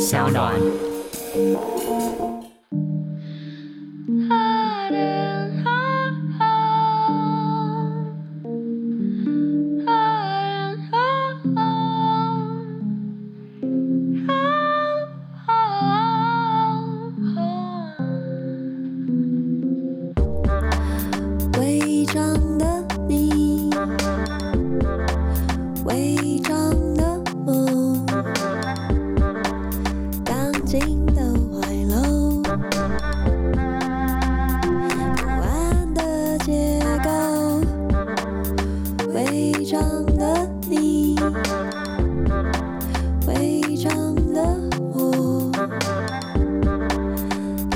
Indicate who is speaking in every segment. Speaker 1: 小暖。
Speaker 2: 伪装的你，伪装的我，钢筋的怀楼，不安的结构，伪装的你，伪装的我，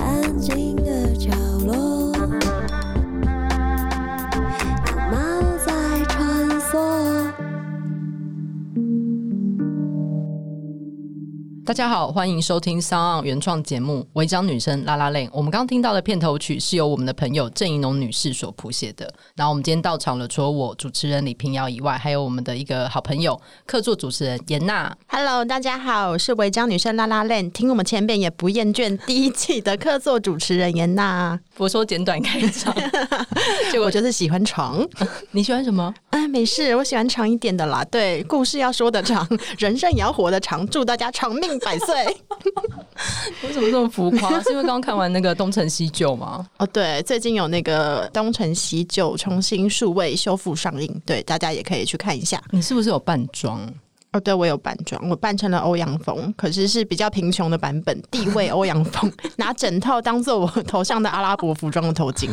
Speaker 2: 安静的角落。有猫在穿梭。
Speaker 3: 大家好，欢迎收听《上岸原创节目《违章女生拉拉链》。我们刚刚听到的片头曲是由我们的朋友郑怡农女士所谱写的。然后我们今天到场了，除了我主持人李平遥以外，还有我们的一个好朋友客座主持人严娜。
Speaker 4: Hello，大家好，我是违章女生拉拉链，听我们前面也不厌倦第一季的客座主持人严娜，
Speaker 3: 我说简短开场，结
Speaker 4: 我
Speaker 3: 果
Speaker 4: 就是喜欢长，
Speaker 3: 你喜欢什么？
Speaker 4: 哎，没事，我喜欢长一点的啦。对，故事要说的长， 人生也要活得长，祝大家长命百岁。
Speaker 3: 为什么这么浮夸？是因为刚刚看完那个《东成西就》吗？
Speaker 4: 哦，对，最近有那个东成西就重新数位修复上映，对，大家也可以去看一下。
Speaker 3: 你是不是有扮装？
Speaker 4: 哦，对，我有扮装，我扮成了欧阳锋，可是是比较贫穷的版本，地位欧阳锋，拿枕头当做我头上的阿拉伯服装的头巾。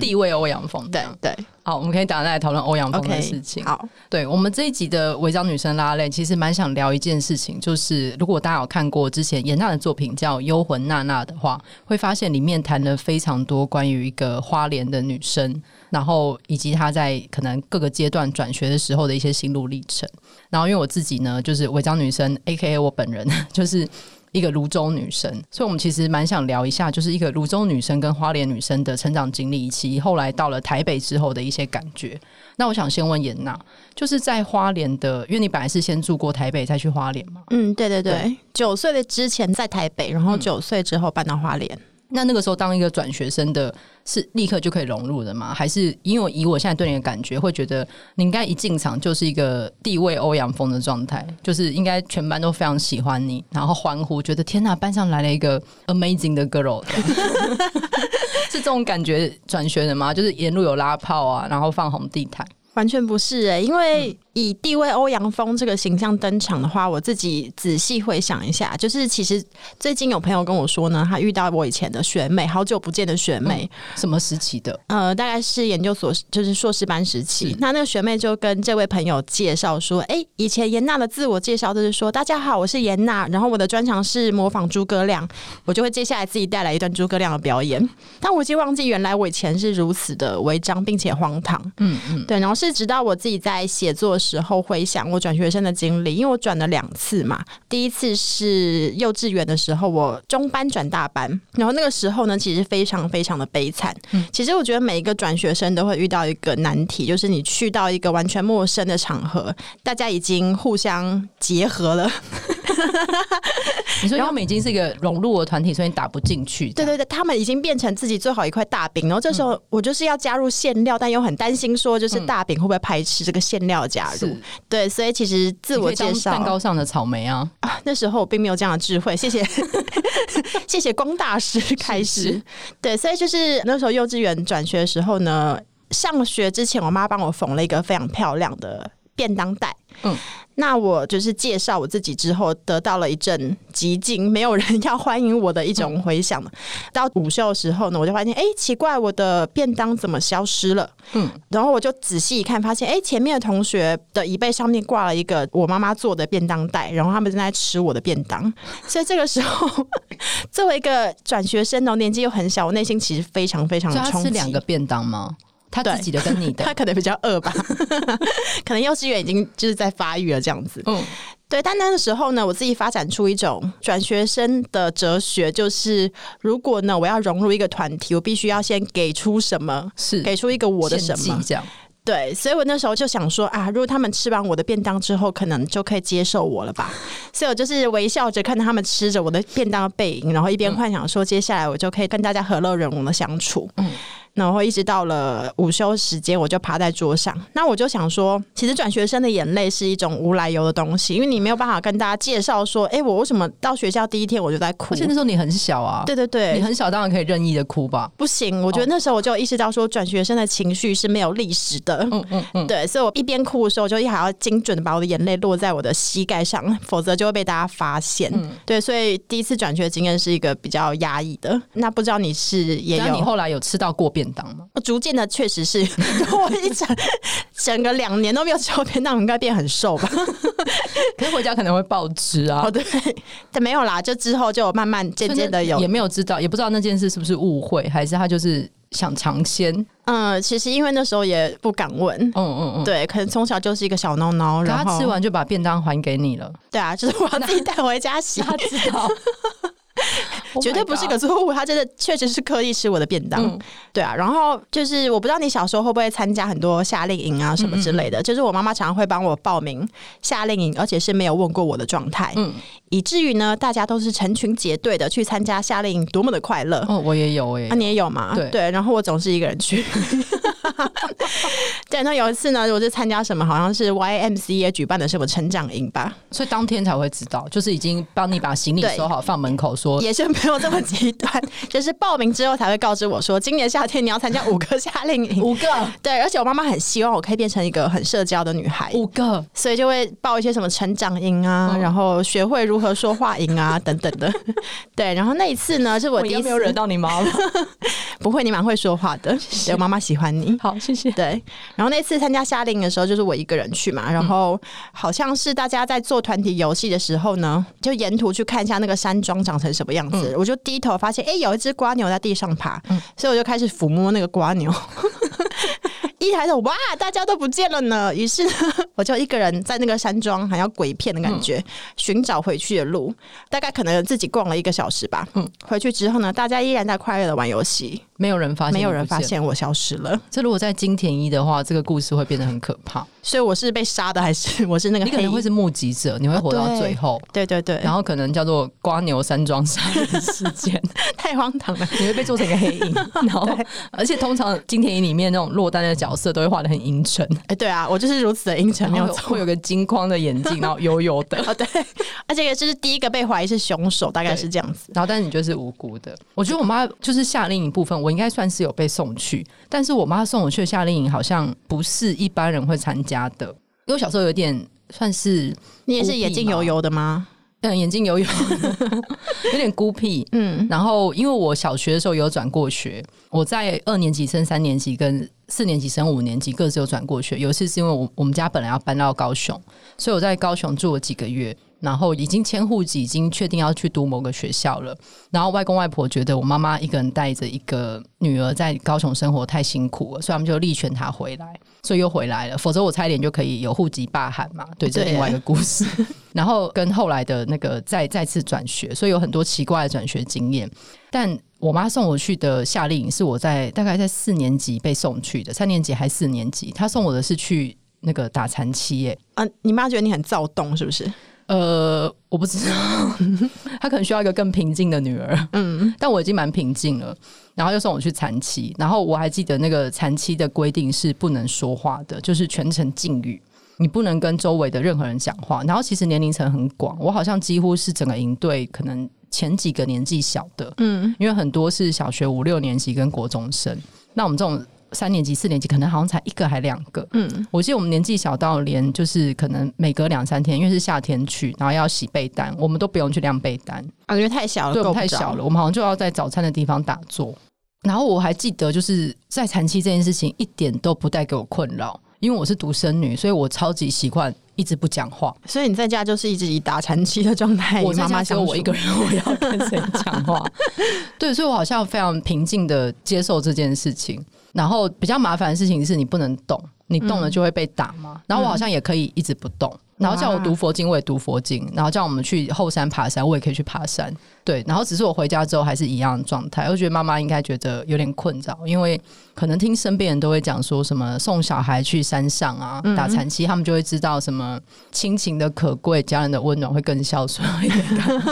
Speaker 3: 地位欧阳锋这
Speaker 4: 对
Speaker 3: 样
Speaker 4: 对
Speaker 3: 好，我们可以打来讨论欧阳锋
Speaker 4: ，OK，
Speaker 3: 的事情。
Speaker 4: 好，
Speaker 3: 对我们这一集的《违章女生拉链》，其实蛮想聊一件事情，就是如果大家有看过之前严娜的作品叫《幽魂娜娜》的话，会发现里面谈了非常多关于一个花莲的女生，然后以及她在可能各个阶段转学的时候的一些心路历程。然后因为我自己呢，就是违章女生 （A K A 我本人）， 就是。一个泸州女生，所以我们其实蛮想聊一下，就是一个泸州女生跟花莲女生的成长经历，以及后来到了台北之后的一些感觉。那我想先问严娜，就是在花莲的，因为你本来是先住过台北，再去花莲嘛。
Speaker 4: 嗯，对对
Speaker 3: 对
Speaker 4: 对，九岁的之前在台北，然后九岁之后搬到花莲。
Speaker 3: 那那个时候当一个转学生的，是立刻就可以融入的吗？还是因为以我现在对你的感觉，会觉得你应该一进场就是一个地位欧阳锋的状态，就是应该全班都非常喜欢你，然后欢呼，觉得天呐，班上来了一 个 amazing 的 girl 这样。是这种感觉转学的吗？就是沿路有拉炮啊，然后放红地毯。
Speaker 4: 完全不是诶、因为以地位欧阳锋这个形象登场的话，我自己仔细回想一下，就是其实最近有朋友跟我说呢，他遇到我以前的学妹，好久不见的学妹，
Speaker 3: 什么时期的？
Speaker 4: 呃，大概是研究所就是硕士班时期
Speaker 3: 是，
Speaker 4: 那那个学妹就跟这位朋友介绍说，哎、以前严娜的自我介绍就是说，大家好，我是严娜，然后我的专长是模仿诸葛亮，我就会接下来自己带来一段诸葛亮的表
Speaker 3: 嗯
Speaker 4: 演，但我已经忘记原来我以前是如此的违章并且荒唐，
Speaker 3: 嗯嗯，
Speaker 4: 对，然后是直到我自己在写作的时候回想我转学生的经历，因为我转了两次嘛。第一次是幼稚园的时候，我中班转大班，然后那个时候呢，其实非常非常的悲惨。其实我觉得每一个转学生都会遇到一个难题，就是你去到一个完全陌生的场合，大家已经互相结 合了，
Speaker 3: 你说因为我们已经是一个融入的团体，所以你打不进去。
Speaker 4: 对对对，他们已经变成自己最好一块大饼，然后这时候
Speaker 3: 嗯
Speaker 4: 我就是要加入馅料，但又很担心说，就是大饼会不会排斥这个馅料的加入？
Speaker 3: 是
Speaker 4: 对，所以其实自我介
Speaker 3: 你可以
Speaker 4: 绍
Speaker 3: 当蛋糕上的草莓啊，
Speaker 4: 啊，那时候我并没有这样的智慧，谢谢，谢谢光大师开始。
Speaker 3: 是
Speaker 4: 对，所以就是那时候幼稚园转学的时候呢，上学之前，我妈帮我缝了一个非常漂亮的便当袋。
Speaker 3: 嗯
Speaker 4: 嗯，那我就是介绍我自己之后，得到了一阵极尽没有人要欢迎我的一
Speaker 3: 嗯
Speaker 4: 种回响。到午休的时候呢，我就发现，哎、奇怪，我的便当怎么消失了？
Speaker 3: 嗯
Speaker 4: 嗯，然后我就仔细一看，发现，哎、前面的同学的椅背上面挂了一个我妈妈做的便当袋，然后他们正在吃我的便 当。所以这个时候， 作为一个转学生哦，年纪又很小，我内心其实非常非常
Speaker 3: 所
Speaker 4: 的
Speaker 3: 以他
Speaker 4: 冲
Speaker 3: 吃
Speaker 4: 击。
Speaker 3: 两个便当吗？他自己的跟 你的，
Speaker 4: 他可能比较 饿吧，可能幼稚园已经就是在发育了这样子。
Speaker 3: 嗯，
Speaker 4: 对，但那个时候呢，我自己发展出一种转学生的哲学，就是如果呢我要融入一个团体，我必须要先给出什么，
Speaker 3: 是
Speaker 4: 给出一个我的什
Speaker 3: 献
Speaker 4: 么
Speaker 3: 祭。这样，
Speaker 4: 对，所以我那时候就想说啊，如果他们吃完我的便当之后，可能就可以接受我了吧。 所以我就是微笑着看着他们吃着我的便当的背影，然后一边幻想说，接下来我就可以跟大家和乐融融的相处。嗯。然后一直到了午休时间，我就趴在桌上。那我就想说，其实转学生的眼泪是一种无来由的东西，因为你没有办法跟大家介绍说，哎，我为什么到学校第一天我就在哭
Speaker 3: 而？且那时候你很小啊，
Speaker 4: 对对对，
Speaker 3: 你很小，当然可以任意的哭吧。
Speaker 4: 不行，我觉得那时候我就意识到说，转学生的情绪是没有历史的。
Speaker 3: 嗯嗯嗯，
Speaker 4: 对，所以我一边哭的时候，就一还要精准的把我的眼泪落在我的膝盖上，否则就会被大家发现。
Speaker 3: 嗯
Speaker 4: 对，所以第一次转学经验是一个比较压抑的。那不知道你是也
Speaker 3: 那你
Speaker 4: 有？
Speaker 3: 后来有吃到过便当吗？
Speaker 4: 逐渐的，确 实是我一整整个两年都没有吃过便当，我应该变很瘦 吧？
Speaker 3: 可是回家可能会暴吃啊
Speaker 4: 哦，。对，但没有啦，就之后就有慢慢渐渐的有
Speaker 3: 也没有知道，也不知道那件事是不是误会，还是他就是想尝鲜。
Speaker 4: 嗯，其实因为那时候也不敢问
Speaker 3: 嗯，嗯嗯，。
Speaker 4: 对，可能从小就是一个小孬孬，
Speaker 3: 可
Speaker 4: 然
Speaker 3: 他
Speaker 4: 后
Speaker 3: 吃完就把便当还给你了，Oh
Speaker 4: 对啊， 就是我要自己带回家 洗，
Speaker 3: 他知道，
Speaker 4: 绝对不是个错误。他真的确实是刻意吃我的便当，
Speaker 3: 嗯
Speaker 4: 对啊。然后就是我不知道你小时候会不会参加很多夏令营啊什么之类
Speaker 3: 嗯
Speaker 4: 的，就是我妈妈常常会帮我报名夏令营，而且是没有问过我的状态，
Speaker 3: 嗯
Speaker 4: 以至于呢，大家都是成群结队的去参加夏令营，多么的快乐。
Speaker 3: 哦，我也有哎、
Speaker 4: 啊，你也有嘛？
Speaker 3: 对
Speaker 4: 然后我总是一个人去。 对，那有一次呢，我就参加什么，好像是 YMCA 举办的什么成长营吧，
Speaker 3: 所以当天才会知道，就是已经帮你把行李
Speaker 4: 对
Speaker 3: 收好放门口 说，
Speaker 4: 也是没有这么极端， 就是报名之后才会告知我说，今年夏天你要参加五个夏令营。
Speaker 3: 五个
Speaker 4: 对，而且我妈妈很希望我可以变成一个很社交的女孩，
Speaker 3: 五个，
Speaker 4: 所以就会报一些什么成长营啊，
Speaker 3: 嗯
Speaker 4: 然后学会如何说话营啊 等等的。对，然后那一次呢，是我第
Speaker 3: 应
Speaker 4: 一
Speaker 3: 该
Speaker 4: 次
Speaker 3: 没有惹到你妈妈。
Speaker 4: 不会，你蛮会说话的，对我妈妈喜欢你。
Speaker 3: 好，谢谢。
Speaker 4: 对，然后那次参加夏令营的时候，就是我一个人去嘛，
Speaker 3: 嗯
Speaker 4: 然后好像是大家在做团体游戏的时候呢，就沿途去看一下那个山庄长成什么样子。
Speaker 3: 嗯
Speaker 4: 我就低头发现，哎、有一只瓜牛在地上爬，所以我就开始抚摸那个瓜牛。 一抬头，哇，大家都不见了呢。于是呢，我就一个人在那个山庄，好像鬼片的感
Speaker 3: 嗯
Speaker 4: 觉，寻、找回去的路。大概可能自己逛了一个小时吧。嗯，回去之后呢，大家依然在快乐的玩游戏，
Speaker 3: 没有人发现，
Speaker 4: 没有人发。现我消失了。
Speaker 3: 这如果在金田一的话，这个故事会变得很可怕。
Speaker 4: 所以我是被杀的，还是 我是那个
Speaker 3: 你可
Speaker 4: 黑
Speaker 3: 能？会是目击者，你会活到最后，
Speaker 4: 对对对，
Speaker 3: 然后可能叫做瓜牛山庄杀人事件，
Speaker 4: 太荒唐了。
Speaker 3: 你会被做成一个黑影。 然后，而且通常金田一里面那种落单的角色都会画的很阴沉，
Speaker 4: 哎，对啊，我就是如此的阴沉，
Speaker 3: 然
Speaker 4: 没
Speaker 3: 后
Speaker 4: 有
Speaker 3: 有
Speaker 4: 错
Speaker 3: 会。有个金框的眼镜，然后油油的。
Speaker 4: 哦，对，而且这是第一个被怀疑是凶手，大概是这样子。
Speaker 3: 然后，但是你就是无辜的。我觉得我妈就是夏令营部分，我应该算是有被送去，但是我妈送我去的夏令营好像不是一般人会参加的，因为我小时候有点算是
Speaker 4: 你也是眼睛油油的吗？
Speaker 3: 嗯眼睛油油， 有点孤僻。
Speaker 4: 嗯，
Speaker 3: 然后，因为我小学的时候有转过学，我在二年级升三年级跟四年级升五年级各自有转过学。有一次是因为我我们家本来要搬到高雄，所以我在高雄住了几个月，然后已经迁户籍，已经确定要去读某个学校了。然后外公外婆觉得我妈妈一个人带着一个女儿在高雄生活太辛苦了，所以他们就力劝她回来，所以又回来了。否则我差一点就可以有户籍罢韩嘛。对，这是
Speaker 4: 对
Speaker 3: 另外一个故事。然后跟后来的那个再再次转学，所以有很多奇怪的转学经验。但我妈送我去的夏令营是我在大概在四年级被送去的，三年级还四年级，她送我的是去那个打残期耶。
Speaker 4: 啊，你妈觉得你很躁动是不是？
Speaker 3: 呃，我不知道， 她可能需要一个更平静的女儿。嗯，但我已经蛮平静了。然后又送我去残期，然后我还记得那个残期的规定是不能说话的，就是全程禁语。你不能跟周围的任何人讲话，然后其实年龄层很广，我好像几乎是整个营队可能前几个年纪小的，
Speaker 4: 嗯，
Speaker 3: 因为很多是小学五六年级跟国中生，那我们这种三年级、四年级可能好像才一个还两个。嗯，我记得我们年纪小到连就是可能每隔两三天，因为是夏天去，然后要洗被单，我们都不用去晾被单，
Speaker 4: 啊，因为太小了，
Speaker 3: 对，我
Speaker 4: 够
Speaker 3: 们太小
Speaker 4: 了。
Speaker 3: 了，我们好像就要在早餐的地方打坐。然后我还记得，就是在产期这件事情一点都不带给我困扰，因为我是独生女，所以我超级习惯一直不讲话。
Speaker 4: 所以你在家就是一直以打残期的状态，
Speaker 3: 我
Speaker 4: 与
Speaker 3: 在
Speaker 4: 妈妈
Speaker 3: 家只有
Speaker 4: 相
Speaker 3: 我一
Speaker 4: 处
Speaker 3: 个人，我要跟谁讲话？ 对，所以我好像非常平静的接受这件事情。然后嗯比较麻烦的事情是你不能动，你动了就会被打嘛。然后我好像也可以一直不动，然后叫我读佛经，我也读佛经；然后叫我们去后山爬山，我也可以去爬山。对，然后只是我回家之后还是一样的状态，我觉得妈妈应该觉得有点困扰，因为可能听身边人都会讲说什么送小孩去山上啊、打禅七，他们就会知道什么亲情的可贵、家人的温暖会更孝顺一点。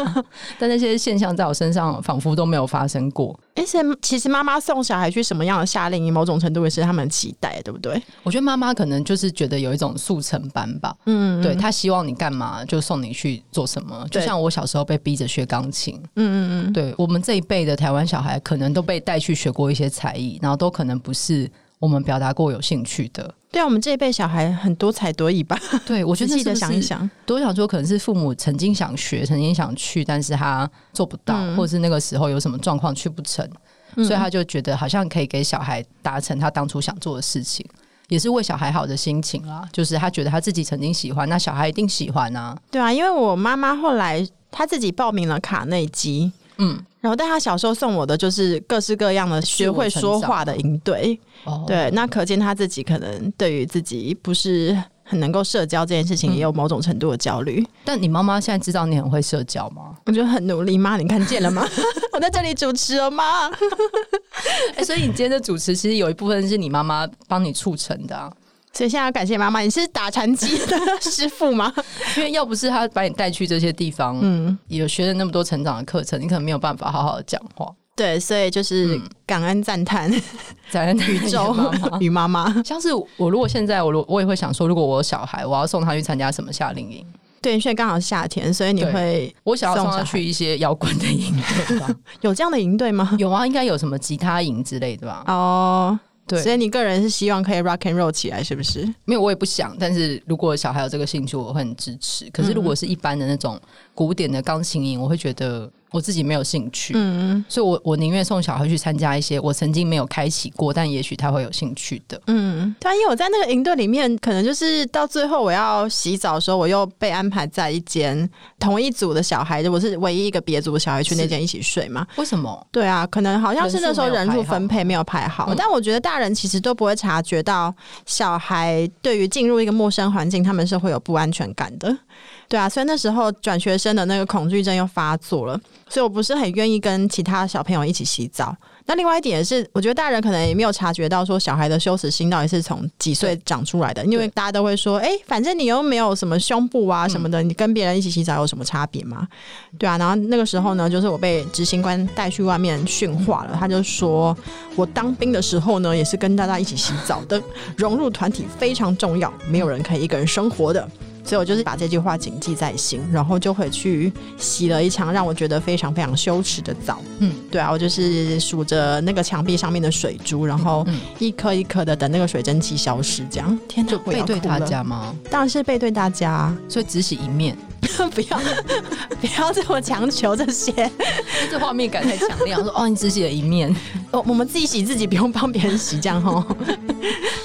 Speaker 3: 但那些现象在我身上仿佛都没有发生过。
Speaker 4: 而且其实妈妈送小孩去什么样的夏令营，某种程度也是他们的期待，对不对？
Speaker 3: 我觉得妈妈可能就是觉得有一种速成班吧，
Speaker 4: 嗯，
Speaker 3: 对她希望你干嘛就送你去做什么，就
Speaker 4: 对
Speaker 3: 像我小时候被逼着学钢琴，
Speaker 4: 嗯嗯嗯，
Speaker 3: 对我们这一辈的台湾小孩，可能都被带去学过一些才艺，然后都可能不是我们表达过有兴趣 的。
Speaker 4: 对啊，我们这一辈小孩很多才多艺吧？
Speaker 3: 对我觉得
Speaker 4: 仔
Speaker 3: 那
Speaker 4: 细的
Speaker 3: 是不
Speaker 4: 想一
Speaker 3: 是，
Speaker 4: 想，
Speaker 3: 多想说可能是父母曾经想学，曾经想去，但是他做不到，
Speaker 4: 嗯
Speaker 3: 或者是那个时候有什么状况去不成，
Speaker 4: 嗯
Speaker 3: 所以他就觉得好像可以给小孩达成他当初想做的事情。也是为小孩好的心情啦，就是他觉得他自己曾经喜欢，那小孩一定喜欢啊。
Speaker 4: 对啊，因为我妈妈后来她自己报名了卡内基，
Speaker 3: 嗯，
Speaker 4: 然后但她小时候送我的就是各式各样的学会说话的营队，
Speaker 3: 哦，
Speaker 4: 对，那可见她自己可能对于自己不是很能够社交这件事情，也有某种程度的焦虑。
Speaker 3: 但你妈妈现在知道你很会社交吗？
Speaker 4: 我觉得很努力，妈，你看见了吗？我在这里主持了吗？
Speaker 3: 哎、所以你今天的主持其实有一部分是你妈妈帮你促成的啊，
Speaker 4: 所以现在要感谢妈妈，你是打禅机的师傅 吗？
Speaker 3: 因为要不是她把你带去这些地方，嗯，有学了那么多成长的课程，你可能没有办法好好的讲话。
Speaker 4: 对，所以就是感恩赞叹
Speaker 3: 嗯 感恩宇
Speaker 4: 宇宙与妈妈。
Speaker 3: 像是我如果现在我如我也会想说，如果我有小孩，我要送他去参加什么夏令营？
Speaker 4: 对，因为刚好是夏天，所以你
Speaker 3: 对
Speaker 4: 会
Speaker 3: 我想要送
Speaker 4: 送
Speaker 3: 他
Speaker 4: 小孩
Speaker 3: 去一些摇滚的营对 吧？
Speaker 4: 有这样的营队吗？
Speaker 3: 有啊，应该有什么吉他营之类的吧？
Speaker 4: 哦、
Speaker 3: 对
Speaker 4: 所以你个人是希望可以 rock and roll 起来，是不是？
Speaker 3: 没有，我也不想。但是如果小孩有这个兴趣，我会很支持。可是如
Speaker 4: 嗯
Speaker 3: 果是一般的那种古典的钢琴营，我会觉得我自己没有兴趣。
Speaker 4: 嗯
Speaker 3: 所以我，我宁愿送小孩去参加一些我曾经没有开启过，但也许他会有兴趣的。
Speaker 4: 嗯，对啊，因为我在那个营队里面，可能就是到最后我要洗澡的时候，我又被安排在一间同一组的小孩，我是唯一一个别组的小孩去那间一起睡嘛。
Speaker 3: 为什么？
Speaker 4: 对啊，可能好像是那时候人数分配没有排好，
Speaker 3: 嗯
Speaker 4: 但我觉得大人其实都不会察觉到小孩对于进入一个陌生环境，他们是会有不安全感的。对啊，所以那时候转学生的那个恐惧症又发作了，所以我不是很愿意跟其他小朋友一起洗澡。那另外一点也是，我觉得大人可能也没有察觉到说小孩的羞耻心到底是从几岁长出来的，因为大家都会说，哎、反正你又没有什么胸部啊什么的，你跟别人一起洗澡有什么差别吗？对啊，然后那个时候呢，就是我被执行官带去外面训话了，他就说我当兵的时候呢，也是跟大家一起洗澡的，融入团体非常重要，没有人可以一个人生活的。所以我就是把这句话谨记在心，然后就回去洗了一场让我觉得非常非常羞耻的澡。
Speaker 3: 嗯，
Speaker 4: 对啊，我就是数着那个墙壁上面的水珠，然后
Speaker 3: 嗯
Speaker 4: 一颗一颗的等那个水蒸气消失，这样。天哪，
Speaker 3: 就
Speaker 4: 我要
Speaker 3: 背对
Speaker 4: 哭
Speaker 3: 大
Speaker 4: 了，
Speaker 3: 家吗？
Speaker 4: 当然是背对大家 啊、
Speaker 3: 所以只洗一面，
Speaker 4: 不要不要这么强求这些。
Speaker 3: 这画面感太强烈。我说哦，你只洗了一面，
Speaker 4: 哦我我们自己洗自己，不用帮别人洗，这样吼。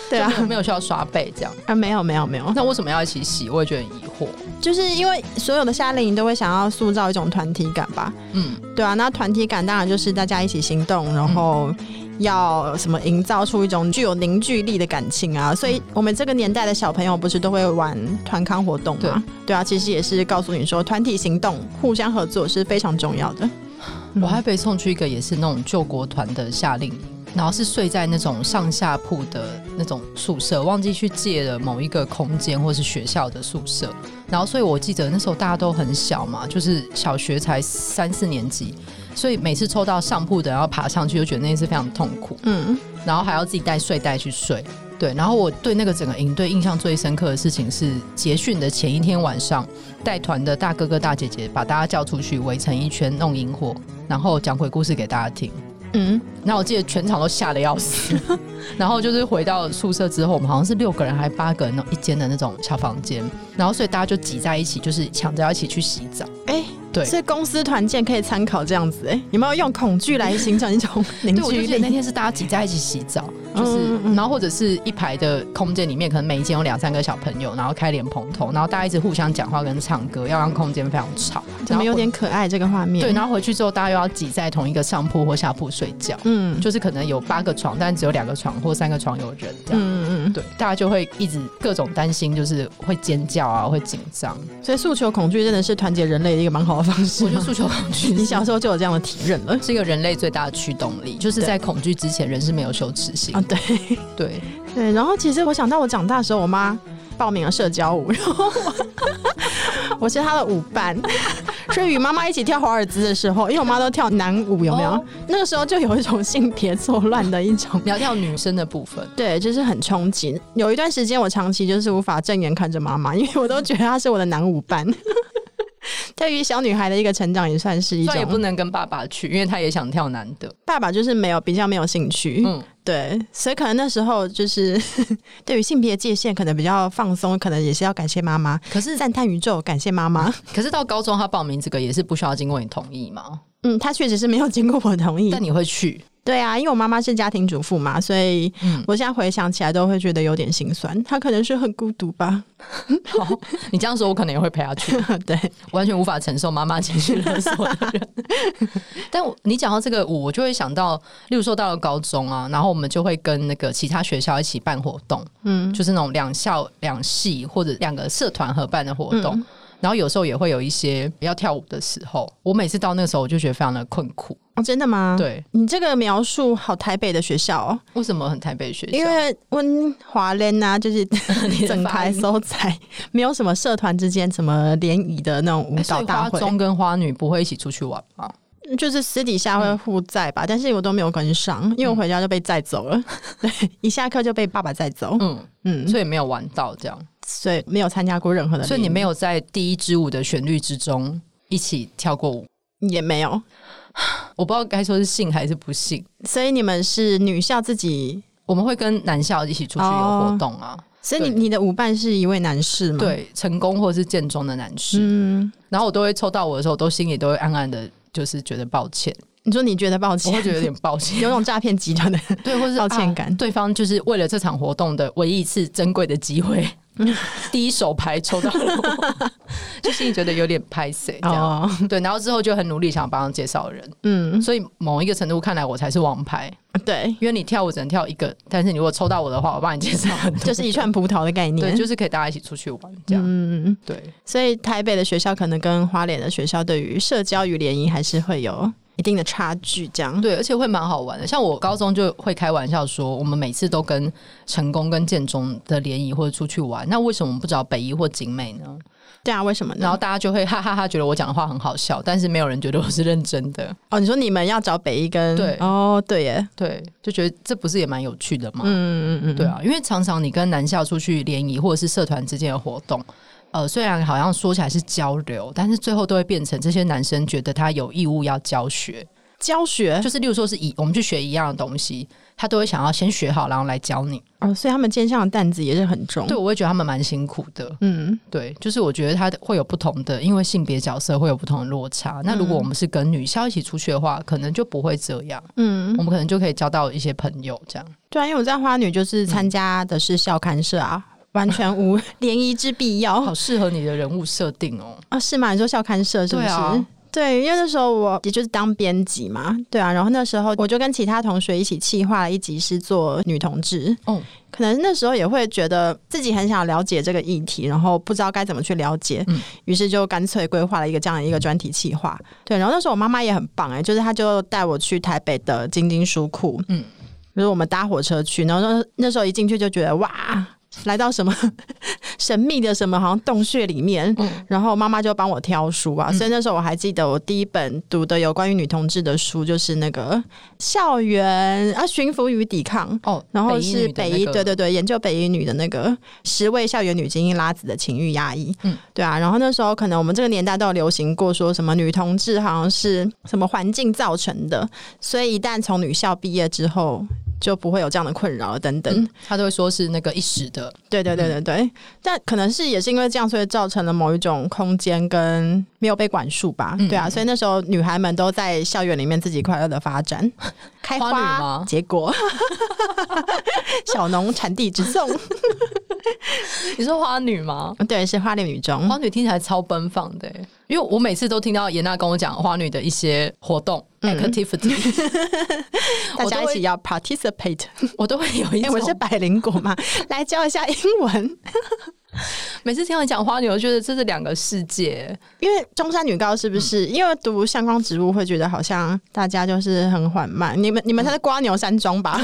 Speaker 4: 对啊
Speaker 3: 就没，有没有需要刷背这样。
Speaker 4: 啊没有没有没有，
Speaker 3: 那为什么要一起洗？我也觉得很疑惑。
Speaker 4: 就是因为所有的夏令营都会想要塑造一种团体感吧？
Speaker 3: 嗯，
Speaker 4: 对啊，那团体感当然就是大家一起行动，然后要什么营造出一种具有凝聚力的感情啊。所以我们这个年代的小朋友不是都会玩团康活动吗？对啊，其实也是告诉你说，团体行动、互相合作是非常重要的。嗯
Speaker 3: 我还被送去一个也是那种救国团的夏令营，然后是睡在那种上下铺的那种宿舍，忘记去借了某一个空间或是学校的宿舍。然后，所以我记得那时候大家都很小嘛，就是小学才三四年级，所以每次抽到上铺的，然后爬上去，就觉得那一次非常痛苦，
Speaker 4: 嗯，
Speaker 3: 然后还要自己带睡袋去睡。对，然后我对那个整个营队印象最深刻的事情是结训的前一天晚上，带团的大哥哥大姐姐把大家叫出去围成一圈弄萤火，然后讲鬼故事给大家听。
Speaker 4: 嗯，
Speaker 3: 那我记得全场都吓得要死， 然后就是回到宿舍之后，我们好像是六个人还八个人那种一间的那种小房间，然后所以大家就挤在一起，就是抢着要一起去洗澡。
Speaker 4: 哎、
Speaker 3: 对
Speaker 4: 所以公司团建可以参考这样子、哎，有没有用恐惧来形成一种凝
Speaker 3: 对，我就
Speaker 4: 聚
Speaker 3: 记得那
Speaker 4: 力？
Speaker 3: 天是大家挤在一起洗澡，就是、
Speaker 4: 嗯嗯嗯
Speaker 3: 然后或者是一排的空间里面，可能每一间有两三个小朋友，然后开脸蓬头，然后大家一直互相讲话跟唱歌，要让空间非常吵，
Speaker 4: 怎么有
Speaker 3: 然后
Speaker 4: 点嗯可爱这个画面？
Speaker 3: 对，然后回去之后大家又要挤在同一个上铺或下铺睡觉，
Speaker 4: 嗯，
Speaker 3: 就是可能有八个床，但只有两个床或三个床有人这样。
Speaker 4: 嗯嗯
Speaker 3: 对，大家就会一直各种担心，就是会尖叫啊，会紧 张。
Speaker 4: 嗯，所以诉求恐惧真的是团结人类的一个蛮好的方 式
Speaker 3: 我觉得
Speaker 4: 吗。
Speaker 3: 诉求恐惧
Speaker 4: 你
Speaker 3: 是
Speaker 4: 小时候就有这样的体认了
Speaker 3: 是一个人类最大的驱动力，就是
Speaker 4: 对
Speaker 3: 在恐惧之前，人是没有羞耻心
Speaker 4: 啊？。对
Speaker 3: 对，
Speaker 4: 对，然后其实我想到我长大的时候，我妈报名了社交舞， 然后我我是她的舞伴， 所以与妈妈一起跳华尔兹的时候，因为我妈都跳男舞，有没有？
Speaker 3: 哦
Speaker 4: 那个时候就有一种性别错乱的一种
Speaker 3: 你要跳女生的部分，
Speaker 4: 对，就是很憧憬。有一段时间，我长期就是无法正眼看着妈妈，因为我都觉得她是我的男舞伴。 对于小女孩的一个成长，也算是一
Speaker 3: 虽然也不
Speaker 4: 种。
Speaker 3: 能跟爸爸去，因为他也想跳男的。
Speaker 4: 爸爸就是没有比较没有兴趣，
Speaker 3: 嗯，
Speaker 4: 对，所以可能那时候就是 对于性别界限可能比较放松，可能也是要感谢妈妈，
Speaker 3: 可是
Speaker 4: 赞叹宇宙，感谢妈妈。
Speaker 3: 可是到高中他报名这个也是不需要经过你同意嘛？
Speaker 4: 嗯，她确实是没有经过我同意
Speaker 3: 但。你会 去，
Speaker 4: 对啊，因为我妈妈是家庭主妇嘛，所以
Speaker 3: 嗯
Speaker 4: 我现在回想起来都会觉得有点心酸。她可能是很孤独吧。
Speaker 3: 好，你这样说我可能也会陪他去，
Speaker 4: 对，
Speaker 3: 完全无法承受妈妈情绪勒索的 人。但我你讲到这个舞，我就会想到，例如说到了高中啊，然后我们就会跟那个其他学校一起办活动，
Speaker 4: 嗯，
Speaker 3: 就是那种两校两系或者两个社团合办的活动。
Speaker 4: 嗯
Speaker 3: 然后有时候也会有一些要跳舞的时候，我每次到那个时候我就觉得非常的困苦。
Speaker 4: 哦，真的吗？，
Speaker 3: 对，
Speaker 4: 你这个描述好台北的学校哦，
Speaker 3: 为什么很台北学校？
Speaker 4: 因为温华联呐，就是
Speaker 3: 你的
Speaker 4: 整
Speaker 3: 发
Speaker 4: 台
Speaker 3: 音
Speaker 4: 收仔，没有什么社团之间什么联谊的那种舞
Speaker 3: 哎所
Speaker 4: 蹈
Speaker 3: 以
Speaker 4: 大
Speaker 3: 花
Speaker 4: 会，
Speaker 3: 中跟花女不会一起出去玩吗？
Speaker 4: 就是私底下会互载
Speaker 3: 嗯
Speaker 4: 吧，但是我都没有跟上，因为我回家就被载走了， 对，一下课就被爸爸载走，
Speaker 3: 嗯，
Speaker 4: 嗯，
Speaker 3: 所以没有玩到这样，
Speaker 4: 所以没有参加过任何的联谊，
Speaker 3: 所以你没有在第一支舞的旋律之中一起跳过舞。
Speaker 4: 也没有，
Speaker 3: 我不知道该说是幸还是不幸。
Speaker 4: 所以你们是女校自己，
Speaker 3: 我们会跟男校一起出去有
Speaker 4: 哦
Speaker 3: 活动啊，
Speaker 4: 所以你
Speaker 3: 对
Speaker 4: 你的舞伴是一位男士吗？，
Speaker 3: 对，成功或是建中的男士，
Speaker 4: 嗯，
Speaker 3: 然后我都会抽到我的时候，我都心里都会暗暗的，就是觉得抱歉，
Speaker 4: 你说你觉得抱
Speaker 3: 我
Speaker 4: 歉，
Speaker 3: 会觉得有点抱歉，
Speaker 4: 有种诈骗集团的
Speaker 3: 对，或是
Speaker 4: 抱歉
Speaker 3: 啊
Speaker 4: 感
Speaker 3: 对方就是为了这场活动的唯一一次珍贵的机会，
Speaker 4: 嗯
Speaker 3: 第一手牌抽到了我， 就心里觉得有点拍谁这样。
Speaker 4: 哦，
Speaker 3: 对，然后之后就很努力想帮他介绍人，
Speaker 4: 嗯，
Speaker 3: 所以某一个程度看来我才是王牌，
Speaker 4: 对，
Speaker 3: 因为你跳舞只能跳一个，但是你如果抽到我的话，我帮你介绍很多，
Speaker 4: 就是一串葡萄的概念。
Speaker 3: 对，就是可以大家一起出去玩这样。
Speaker 4: 嗯，
Speaker 3: 对，
Speaker 4: 所以台北的学校可能跟花莲的学校对于社交与联谊还是会有一定的差距，这样。
Speaker 3: 对，而且会蛮好玩的。像我高中就会开玩笑说，我们每次都跟成功跟建中的联谊或者出去玩，那为什么我们不找北一或景美呢？
Speaker 4: 对啊，为什么
Speaker 3: 然
Speaker 4: 呢
Speaker 3: 后？大家就会哈哈哈觉得我讲的话很好笑，但是没有人觉得我是认真的。
Speaker 4: 哦，你说你们要找北一跟
Speaker 3: 对
Speaker 4: 哦，对耶，
Speaker 3: 对，就觉得这不是也蛮有趣的吗？
Speaker 4: 嗯嗯嗯，
Speaker 3: 对啊，因为常常你跟男校出去联谊或者是社团之间的活动，呃，虽然好像说起来是交流，但是最后都会变成这些男生觉得他有义务要教学，
Speaker 4: 教学
Speaker 3: 就是例如说是以我们去学一样的东西，他都会想要先学好，然后来教你。
Speaker 4: 哦，所以他们肩上的担子也是很重。
Speaker 3: 对，，我会觉得他们蛮辛苦的。
Speaker 4: 嗯，
Speaker 3: 对，就是我觉得他会有不同的，因为性别角色会有不同的落差。那如果我们是跟女校一起出去的话，可能就不会这样，
Speaker 4: 嗯
Speaker 3: 我，们可能就可以交到一些朋友这样。
Speaker 4: 对啊，因为我在花女就是参加的是校刊社啊，完全无 联谊之必要。
Speaker 3: 好适合你的人物设定哦。
Speaker 4: 啊，是吗？你说校刊社是不是？
Speaker 3: 对啊
Speaker 4: 对因为那时候我也就是当编辑嘛，对啊，然后那时候我就跟其他同学一起企划了一集是做女同志，
Speaker 3: 哦
Speaker 4: 可能那时候也会觉得自己很想了解这个议题，然后不知道该怎么去了解，
Speaker 3: 嗯
Speaker 4: 于是就干脆规划了一个这样的一个专题企划。对，然后那时候我妈妈也很棒哎、就是她就带我去台北的晶晶书库，嗯
Speaker 3: 嗯，
Speaker 4: 就是我们搭火车去，然后那那时候一进去就觉得哇，来到什么 神秘的什么好像洞穴里面，
Speaker 3: 嗯
Speaker 4: 然后妈妈就帮我挑书啊，所以那时候我还记得我第一本读的有关于女同志的书，就是那个《校园啊驯服与抵抗》。
Speaker 3: 哦，
Speaker 4: 然后
Speaker 3: 一
Speaker 4: 是
Speaker 3: 女的
Speaker 4: 北
Speaker 3: 那
Speaker 4: 一，
Speaker 3: 个
Speaker 4: 对对对，研究北一女的那个十位校园女精英拉子的情欲压抑，嗯
Speaker 3: 嗯，
Speaker 4: 对啊。然后那时候可能我们这个年代都有流行过，说什么女同志好像是什么环境造成的，所以一旦从女校毕业之后，就不会有这样的困扰等等。
Speaker 3: 他都会说是那个一时的，
Speaker 4: 对对
Speaker 3: 嗯
Speaker 4: 对对对，但可能是也是因为这样，所以造成了某一种空间跟没有被管束吧。
Speaker 3: 嗯
Speaker 4: 对啊，所以那时候女孩们都在校园里面自己快乐的发展，开
Speaker 3: 花女吗
Speaker 4: 结果 小农产地 直送，
Speaker 3: 你说花女吗？
Speaker 4: 对，是花莲女中
Speaker 3: 花。女听起来超奔放的欸、因为我每次都听到严娜跟我讲花女的一些活动、activity，
Speaker 4: 大家
Speaker 3: 我都
Speaker 4: 一
Speaker 3: 会
Speaker 4: 起要 participate。
Speaker 3: 我都会有一
Speaker 4: 哎、
Speaker 3: 种，
Speaker 4: 我是百灵果嘛， 来教一下英文。
Speaker 3: 每次听到你讲花女，我觉得这是两个世界。欸
Speaker 4: 因为中山女高是不是？
Speaker 3: 嗯
Speaker 4: 因为读相关植物会觉得好像大家就是很缓慢，你们你们才是瓜牛山 庄吧？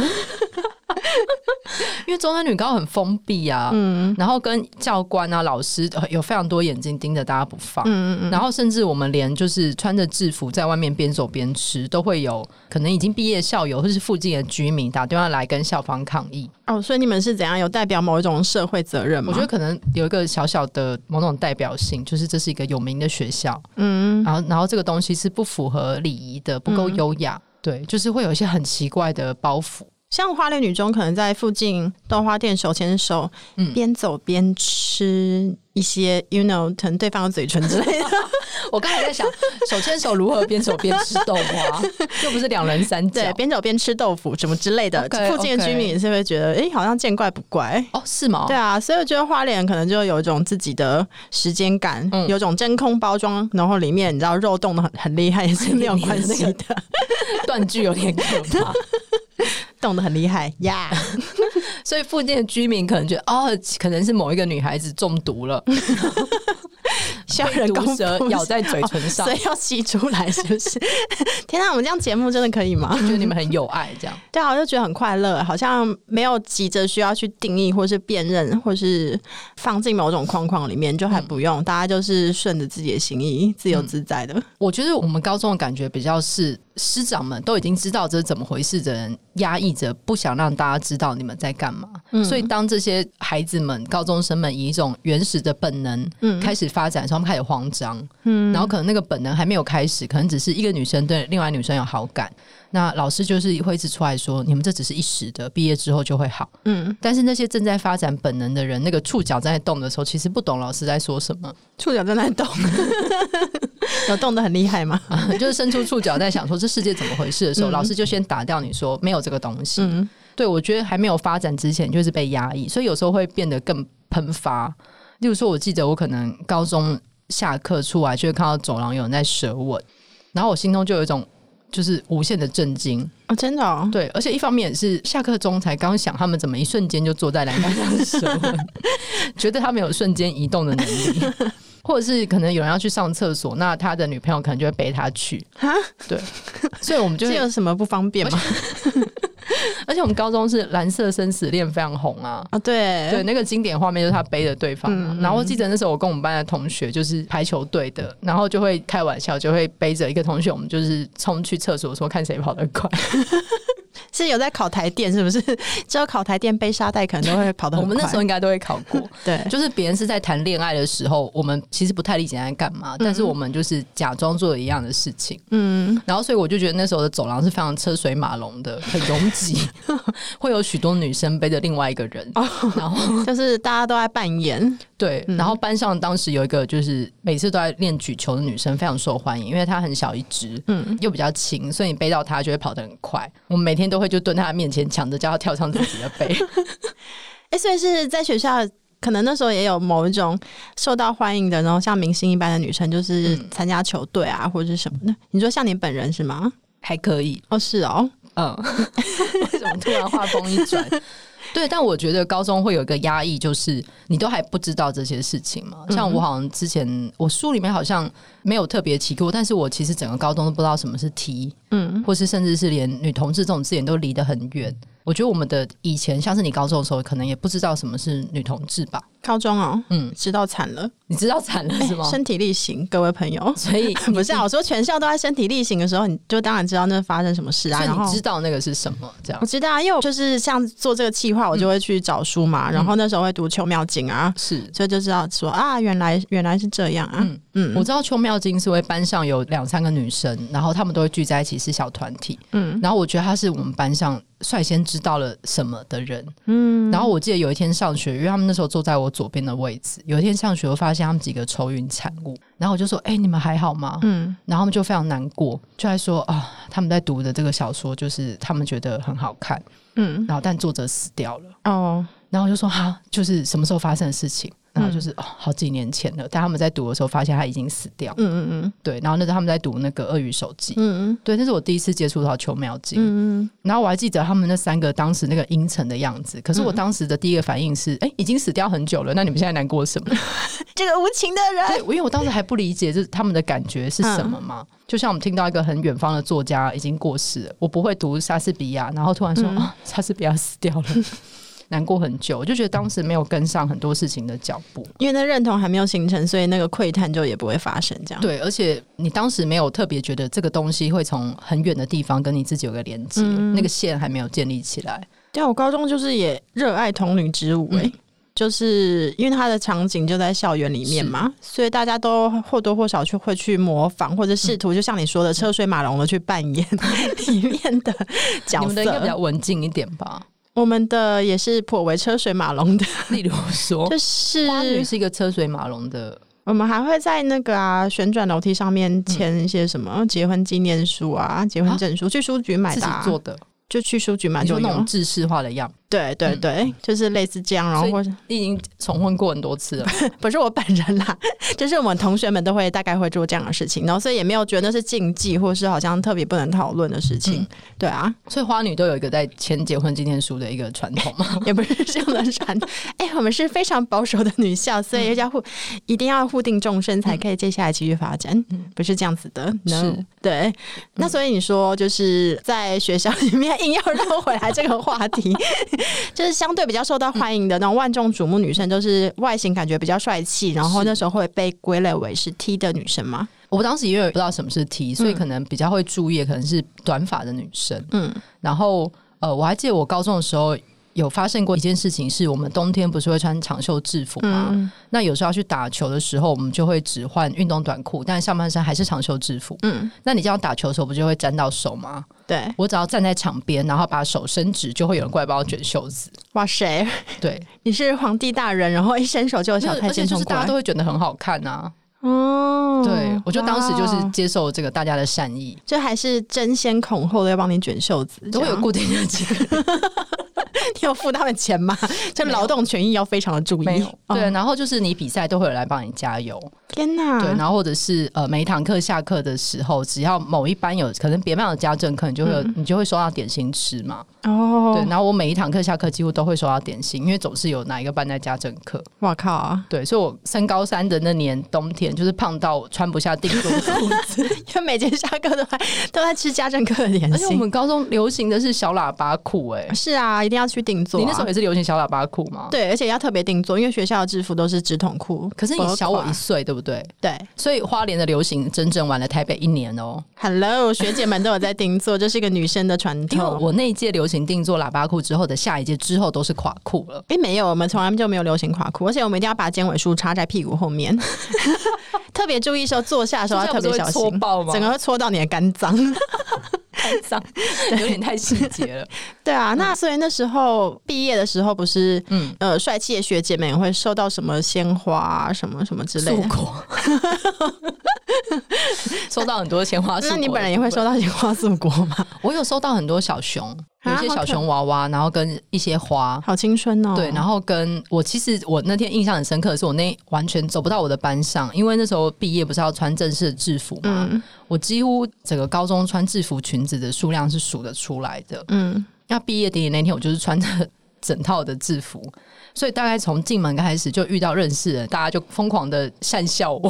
Speaker 3: 因为中山女高很封闭啊，嗯，然后跟教官啊、老师呃有非常多眼睛盯着大家不放，嗯嗯，然后甚至我们连就是穿着制服在外面边走边吃，都会有可能已经毕业的校友或是附近的居民打电话来跟校方抗议。
Speaker 4: 哦，所以你们是怎样有代表某一种社会责任吗？
Speaker 3: 我觉得可能有一个小小的某种代表性，就是这是一个有名的学校，
Speaker 4: 嗯，
Speaker 3: 然后然后这个东西是不符合礼仪的，不够优雅，
Speaker 4: 嗯
Speaker 3: 对，就是会有一些很奇怪的包 袱。
Speaker 4: 像花莲女中可能在附近豆花店手牵手
Speaker 3: 嗯，
Speaker 4: 边走边吃一些，you know，疼对方的嘴唇之类 的。
Speaker 3: 我刚才在想， 手牵手如何边走边吃豆 花，又不是两人三
Speaker 4: 对
Speaker 3: 角，。
Speaker 4: 边走边吃豆腐什么之类的
Speaker 3: OK，OK
Speaker 4: 附近的居民也是会觉得，诶，好像见怪不怪。
Speaker 3: 哦，是吗？
Speaker 4: 对啊，所以我觉得花莲可能就有一种自己的时间感，
Speaker 3: 嗯
Speaker 4: 有种真空包装，然后里面你知道肉冻的很很厉害也是没有关 系
Speaker 3: 你
Speaker 4: 的，
Speaker 3: 断句有点可 怕，
Speaker 4: 冻的很厉害呀。
Speaker 3: 所以附近的居民可能觉得，哦，可能是某一个女孩子中毒 了，
Speaker 4: 需要
Speaker 3: 被
Speaker 4: 人
Speaker 3: 毒
Speaker 4: 工
Speaker 3: 蛇
Speaker 4: 呼吸
Speaker 3: 咬在嘴唇上
Speaker 4: 所，以要吸出来，是不是？ 天啊，我们这样节目真的可以吗？
Speaker 3: 觉得你们很有爱这样。
Speaker 4: 对啊，我就觉得很快乐，好像没有急着需要去定义或是辨认，或是放进某种框框里面，就还不
Speaker 3: 嗯
Speaker 4: 用，大家就是顺着自己的心意，自由自在的。
Speaker 3: 我觉得我们高中的感觉比较是师长们都已经知道这是怎么回事的人，压抑着不想让大家知道你们在干嘛。所以当这些孩子们、高中生们以一种原始的本能开始发展的时候，他们开始慌张。嗯，然后可能那个本能还没有开始，可能只是一个女生对另外女生有好感，那老师就是会一直出来说：“你们这只是一时的，毕业之后就会好。”
Speaker 4: 嗯，
Speaker 3: 但是那些正在发展本能的人，那个触角在动的时候，其实不懂老师在说什么。
Speaker 4: 触角正在动， 有动的很厉害吗？
Speaker 3: 就是伸出触角在想说这世界怎么回事的时候，老师就先打掉你说没有这个东西。
Speaker 4: 嗯
Speaker 3: 对我觉得还没有发展之前就是被压抑，所以有时候会变得更喷发。例如说，我记得我可能高中下课出来就会看到走廊有人在舌吻，然后我心中就有一种。就是无限的震惊，
Speaker 4: 哦，真的哦，
Speaker 3: 对，而且一方面也是下课钟才刚想，他们怎么一瞬间就坐在栏杆上舌吻， 觉得他们有瞬间移动的能力， 或者是可能有人要去上厕所，那他的女朋友可能就会背他去，
Speaker 4: 哈，
Speaker 3: 所以我们就是会
Speaker 4: 有什么不方便吗？
Speaker 3: 而且我们高中是蓝色生死恋非常红啊。
Speaker 4: 啊，对
Speaker 3: 对，那个经典画面就是他背着对方、
Speaker 4: 嗯
Speaker 3: 啊，然后我记得那时候我跟我们班的同学就是排球队的，然后就会开玩笑，就会背着一个同学，我们就是冲去厕所说看谁跑得快，
Speaker 4: 是有在考台电，是不是？只有考台电背沙袋，可能都会跑得
Speaker 3: 我
Speaker 4: 很快。
Speaker 3: 们那时候应该都会考过。
Speaker 4: 对，
Speaker 3: 就是别人是在谈恋爱的时候，我们其实不太理解在干嘛，但是我们就是假装做一样的事情。
Speaker 4: 嗯，
Speaker 3: 然后，所以我就觉得那时候的走廊是非常车水马龙的，很拥挤， 会有许多女生背着另外一个人，然后
Speaker 4: 就是大家都在扮演，
Speaker 3: 对，然后班上当时有一个就是每次都在练举球的女生，非常受欢迎，因为她很小一只，嗯，又比较轻，所以你背到她就会跑得很快。我们每天都会就蹲在她面前，抢着叫她跳上自己的背。
Speaker 4: 哎、所以是在学校，可能那时候也有某一种受到欢迎的，然后像明星一般的女生，就是
Speaker 3: 嗯
Speaker 4: 参加球队啊，或者是什么的。你说像你本人是吗？
Speaker 3: 还可以，
Speaker 4: 哦，是哦，
Speaker 3: 嗯， 为什么突然话锋一转？对，但我觉得高中会有一个压抑，就是你都还不知道这些事情嘛。像我好像之前我书里面好像没有特别提过，但是我其实整个高中都不知道什么是 T，
Speaker 4: 嗯，
Speaker 3: 或是甚至是连女同志这种字眼都离得很远。我觉得我们的以前，像是你高中的时候，可能也不知道什么是女同志吧？
Speaker 4: 高中哦，
Speaker 3: 嗯，
Speaker 4: 知道惨了，
Speaker 3: 你知道惨了 是吗？
Speaker 4: 身体力行，各位朋友。
Speaker 3: 所以
Speaker 4: 不 是啊，我说全校都在身体力行的时候，你就当然知道那发生什么事啊。
Speaker 3: 所以
Speaker 4: 然后
Speaker 3: 你知道那个是什么？这样
Speaker 4: 我知道啊，因为我就是像做这个企划，我
Speaker 3: 嗯
Speaker 4: 就会去找书嘛，然后那时候会读《秋妙经》啊，
Speaker 3: 是。
Speaker 4: 所以就知道说啊，原来原来是这样啊。
Speaker 3: 嗯我知道《秋妙妙金是会班上有两三个女生，然后她们都会聚在一起是小团体。嗯，然后我觉得她是我们班上率先知道了什么的人。嗯，然后我记得有一天上学，因为他们那时候坐在我左边的位置，有一天上学我发现他们几个愁云惨雾，然后我就说：“哎、你们还好吗？”嗯，然后他们就非常难过，就在说啊，他们在读的这个小说就是他们觉得很好看，
Speaker 4: 嗯，
Speaker 3: 然后但作者死掉了。
Speaker 4: 哦，
Speaker 3: 然后我就说哈，就是什么时候发生的事情？然后就是、哦，好几年前了。但他们在读的时候发现他已经死掉。
Speaker 4: 嗯嗯嗯
Speaker 3: 对，然后那时候他们在读那个《鳄鱼手记》
Speaker 4: 嗯
Speaker 3: 对，那是我第一次接触到秋苗
Speaker 4: 嗯
Speaker 3: 金。
Speaker 4: 嗯
Speaker 3: 然后我还记得他们那三个当时那个阴沉的样子。可是
Speaker 4: 嗯
Speaker 3: 我当时的第一个反应是，哎、已经死掉很久了，那你们现在难过什 么？
Speaker 4: 嗯，这个无情的人，
Speaker 3: 对，因为我当时还不理解，就是他们的感觉是什么
Speaker 4: 嗯
Speaker 3: 嘛。就像我们听到一个很远方的作家已经过世了，我不会读莎士比亚，然后突然说、
Speaker 4: 嗯
Speaker 3: 啊，莎士比亚死掉了。 难过很久，我就觉得当时没有跟上很多事情的脚步。
Speaker 4: 因为那认同还没有形成，所以那个窥探就也不会发生这样。
Speaker 3: 对，而且你当时没有特别觉得这个东西会从很远的地方跟你自己有个连接，
Speaker 4: 嗯
Speaker 3: 那个线还没有建立起来。
Speaker 4: 对啊，我高中就是也热爱童女之舞、欸，
Speaker 3: 嗯
Speaker 4: 就是因为它的场景就在校园里面嘛，所以大家都或多或少去会去模仿，或者试图就像你说的车水马龙的去扮演 里面的角
Speaker 3: 你们的应该比较
Speaker 4: 色。
Speaker 3: 文静一点吧？
Speaker 4: 我们的也是颇为车水 马龙的，
Speaker 3: 例如说，
Speaker 4: 就是
Speaker 3: 花女是一个车水马龙的，
Speaker 4: 我们还会在那个啊旋转楼梯上面签一些什么结婚纪念书啊、结婚证书，去书局买
Speaker 3: 自
Speaker 4: 的、
Speaker 3: 己
Speaker 4: 啊，
Speaker 3: 做的，
Speaker 4: 就去书局买
Speaker 3: 你说
Speaker 4: 就
Speaker 3: 那种
Speaker 4: 有。
Speaker 3: 制式化的样，
Speaker 4: 对对对，就是类似这样，然后
Speaker 3: 所以
Speaker 4: 或者
Speaker 3: 你已经重婚过很多次了。
Speaker 4: 不是我本人啦， 就是我们同学们都会大概会做这样的事情，然后所以也没有觉得那是禁忌，或是好像特别不能讨论的事
Speaker 3: 嗯
Speaker 4: 情。对啊，
Speaker 3: 所以花女都有一个在签结婚纪念书的一个传统嘛。
Speaker 4: 也不是这样的传。 哎、我们是非常保守的女校，
Speaker 3: 嗯
Speaker 4: 所以要护、一定要护定终身，才可以接下来继续发展，不是这样子的。no，
Speaker 3: 嗯是嗯
Speaker 4: 对。那所以你说，就是在学校里面硬要绕回来这个话题， 就是相对比较受到欢迎的那种万众瞩目女生，就是外形感觉比较帅气，然后那时候会被归类为是 T 的女生吗？
Speaker 3: 我当时因为不知道什么是 T，所以可能比较会注意，可能是短发的女生。
Speaker 4: 嗯，
Speaker 3: 然后呃，我还记得我高中的时候有发生过一件事情，是我们冬天不是会穿长袖制服吗？
Speaker 4: 嗯啊
Speaker 3: 那有时候要去打球的时候，我们就会只换运动短裤，但上半身还是长袖制服。
Speaker 4: 嗯，
Speaker 3: 那你这样打球的时候，不就会沾到手吗？
Speaker 4: 对。
Speaker 3: 我只要站在场边，然后把手伸直，就会有人过来帮我卷袖子。
Speaker 4: 哇塞，
Speaker 3: 对，
Speaker 4: 你是皇帝大人，然后一伸手就有 小太
Speaker 3: 而且
Speaker 4: 监
Speaker 3: 就
Speaker 4: 冲
Speaker 3: 是
Speaker 4: 过
Speaker 3: 大家
Speaker 4: 来
Speaker 3: 都。会觉得很好看啊。
Speaker 4: 哦
Speaker 3: 对，我就当时就是
Speaker 4: 哇
Speaker 3: 接受这个大家的善意，
Speaker 4: 就还是争先恐后的要帮你卷袖子，
Speaker 3: 都会有
Speaker 4: 顾，
Speaker 3: 固定的 几个人。
Speaker 4: 你有付他们钱 吗？就
Speaker 3: 没有
Speaker 4: 劳动权益要非常的注意。哦
Speaker 3: 对，，然后就是你比赛都会有人来帮你加油，
Speaker 4: 天哪！
Speaker 3: 对，然后或者是呃，每一堂课下课的时候，只要某一班有可能别班有家政课，你就会有、你就会收到点心吃嘛。
Speaker 4: 哦，
Speaker 3: 对，然后我每一堂课下课几乎都会收到点心，因为总是有哪一个班在家政课。
Speaker 4: 我靠啊，
Speaker 3: 对，所以我升高三的那年冬天，就是胖到我穿不下定做的裤子，
Speaker 4: 因为每节下课都在都在吃家政课的 点
Speaker 3: 而且我
Speaker 4: 心。
Speaker 3: 们高中流行的是小喇叭裤、哎、
Speaker 4: 是啊，一定要去定做啊、
Speaker 3: 你那时候也是流行小喇叭裤吗？。
Speaker 4: 对，而且要特别定做，因为学校的制服都是直筒裤。
Speaker 3: 可是你小我一
Speaker 4: 薄
Speaker 3: 岁，对不对？
Speaker 4: 对
Speaker 3: 所以花莲的流行整整晚了台北一年哦、
Speaker 4: ，Hello，学姐们都有在定做，这是一个女生的传
Speaker 3: 因为
Speaker 4: 统。
Speaker 3: 我那一届流行定做喇叭裤之后的下一届之后都是垮裤 了，
Speaker 4: 哎、没有，我们从来就没有流行垮裤，而且我们一定要把尖尾梳插在屁股 后面， 特别注意时候坐下的时候要特别
Speaker 3: 坐
Speaker 4: 小
Speaker 3: 下不是会戳
Speaker 4: 心，
Speaker 3: 爆吗
Speaker 4: 整个会戳到你的肝 脏。
Speaker 3: 太脏，有点太细节 了。
Speaker 4: 对啊，那所以那时候毕业的时候，不是
Speaker 3: 嗯，
Speaker 4: 呃，帅气的学姐们也会收到什么鲜花、啊、什么什么之类
Speaker 3: 素
Speaker 4: 的。
Speaker 3: 果， 收到很多鲜花素果的
Speaker 4: 那
Speaker 3: 部分。
Speaker 4: 你本人也会收到鲜花素果 吗？
Speaker 3: 我有收到很多小熊，有一些
Speaker 4: 好可
Speaker 3: 小熊娃娃，然后跟一些花。
Speaker 4: 好青春哦！
Speaker 3: 对，然后跟我其实我那天印象很深刻的是，我那完全走不到我的班上，因为那时候毕业不是要穿正式的制服嘛，
Speaker 4: 嗯
Speaker 3: 我几乎整个高中穿制服裙子的数量是数得出来的。
Speaker 4: 嗯，
Speaker 3: 那毕业典礼那天，我就是穿着 整套的制服，所以大概从进门开始就遇到认识人，大家就疯狂的讪笑我。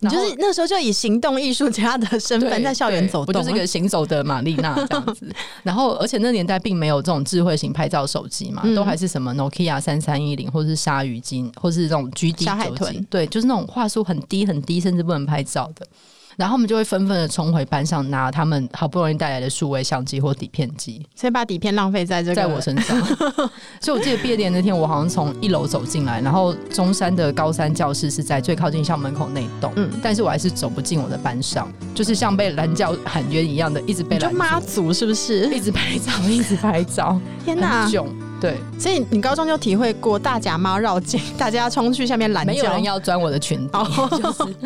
Speaker 4: 你
Speaker 3: 然后
Speaker 4: 就是那时候就以行动艺术家的身份
Speaker 3: 对
Speaker 4: 在校园
Speaker 3: 对
Speaker 4: 走
Speaker 3: 我
Speaker 4: 动、
Speaker 3: 就是一个行走的玛丽娜这样 子。然后，而且那年代并没有这种智慧型拍照手机嘛，
Speaker 4: 嗯
Speaker 3: 都还是什么 Nokia 三三一零，或是鲨鱼精，或是这种 GD
Speaker 4: 小海
Speaker 3: 九
Speaker 4: 豚
Speaker 3: 几，对，就是那种画素很低很低，甚至不能拍照的。然后他们就会纷纷的冲回班上拿他们好不容易带来的数位相机或底片机，
Speaker 4: 所以把底片浪费在这个，
Speaker 3: 在我身上。 所以我记得毕业典礼那天，我好像从一楼走进来，然后中山的高三教室是在最靠近校门口那一栋，
Speaker 4: 嗯
Speaker 3: 但是我还是走不进我的班上，就是像被拦教喊冤一样的，一直被
Speaker 4: 你就
Speaker 3: 拦住，
Speaker 4: 妈祖是不是？
Speaker 3: 一直拍照，一直拍照，
Speaker 4: 天哪
Speaker 3: 很！囧。对，
Speaker 4: 所以你高中就体会过大甲妈绕境， 大家冲去下面拦
Speaker 3: 没有
Speaker 4: 轿
Speaker 3: 人要钻我的裙底，
Speaker 4: 哦
Speaker 3: 就是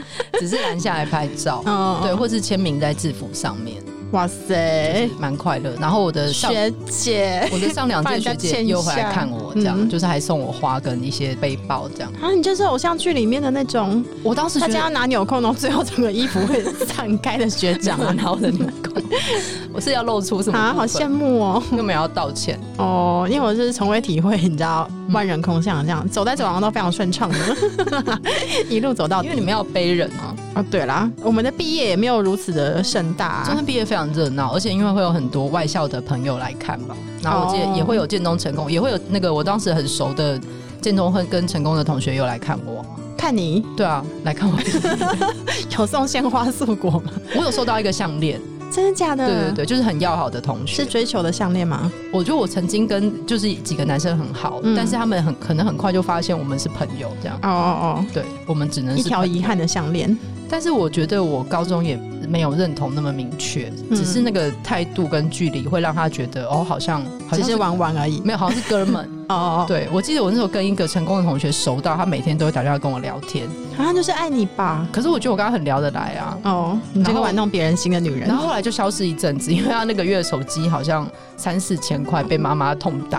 Speaker 3: 只是拦下来拍照，
Speaker 4: 嗯
Speaker 3: 对，或是签名在制服上面，
Speaker 4: 哇
Speaker 3: 就是
Speaker 4: 塞，
Speaker 3: 蛮快乐。然后我的上
Speaker 4: 学姐
Speaker 3: 我的上两
Speaker 4: 帮
Speaker 3: 届
Speaker 4: 人家
Speaker 3: 学姐
Speaker 4: 签一
Speaker 3: 又回来
Speaker 4: 下
Speaker 3: 看我，这样、
Speaker 4: 嗯
Speaker 3: 就是还送我花跟一些背包这样。
Speaker 4: 啊，你就是偶像剧里面的那种，
Speaker 3: 我当时觉
Speaker 4: 大
Speaker 3: 得
Speaker 4: 家要拿纽扣，然后最后整个衣服会散开的学
Speaker 3: 讲
Speaker 4: 长
Speaker 3: 啊，
Speaker 4: 啊
Speaker 3: 然后的女工，我是要露出 什么？
Speaker 4: 啊，好羡，慕哦
Speaker 3: 又没有要道歉。
Speaker 4: 哦，因为我是从未体会，你知道万人空巷这
Speaker 3: 嗯
Speaker 4: 样，走在走廊都非常顺畅的， 一路走到
Speaker 3: 因
Speaker 4: 底
Speaker 3: 为你们要背人啊，
Speaker 4: 哦，对啦，我们的毕业也没有如此的盛大、啊
Speaker 3: 中山毕业非常热闹，而且因为会有很多外校的朋友来看吧，然后我记得
Speaker 4: 哦
Speaker 3: 也会有建中成功，也会有那个我当时很熟的建中和跟成功的同学又来看我，
Speaker 4: 看你
Speaker 3: 对啊，来 看我，
Speaker 4: 有送鲜花素果吗？
Speaker 3: 我有收到一个项链，
Speaker 4: 真的假的？
Speaker 3: 对对，对，就是很要好的同学
Speaker 4: 嗯是，追求的项链吗？
Speaker 3: 我觉得我曾经跟就是几个男生很好，
Speaker 4: 嗯
Speaker 3: 但是他们很可能很快就发现我们是朋友这样。
Speaker 4: 哦哦
Speaker 3: 对，我们只能
Speaker 4: 哦，
Speaker 3: 是
Speaker 4: 一条
Speaker 3: 朋友
Speaker 4: 遗憾的项链。
Speaker 3: 但是我觉得我高中也没有认同那么明确，
Speaker 4: 嗯
Speaker 3: 只是那个态度跟距离会让他觉得哦，好像好
Speaker 4: 只
Speaker 3: 像
Speaker 4: 是玩玩而已。
Speaker 3: 没有，好像是哥们。
Speaker 4: 哦 哦
Speaker 3: 对我记得我那时候跟一个成功的同学熟到，他每天都会打电话跟我聊天，
Speaker 4: 哦，好像就是爱你吧。
Speaker 3: 可是我觉得我跟他很聊得来啊。
Speaker 4: 哦，你这
Speaker 3: 然
Speaker 4: 个
Speaker 3: 后
Speaker 4: 玩弄别人心的女人
Speaker 3: 然。后后来就消失一阵子，因为他那个月手机好像三四千块被妈妈痛打，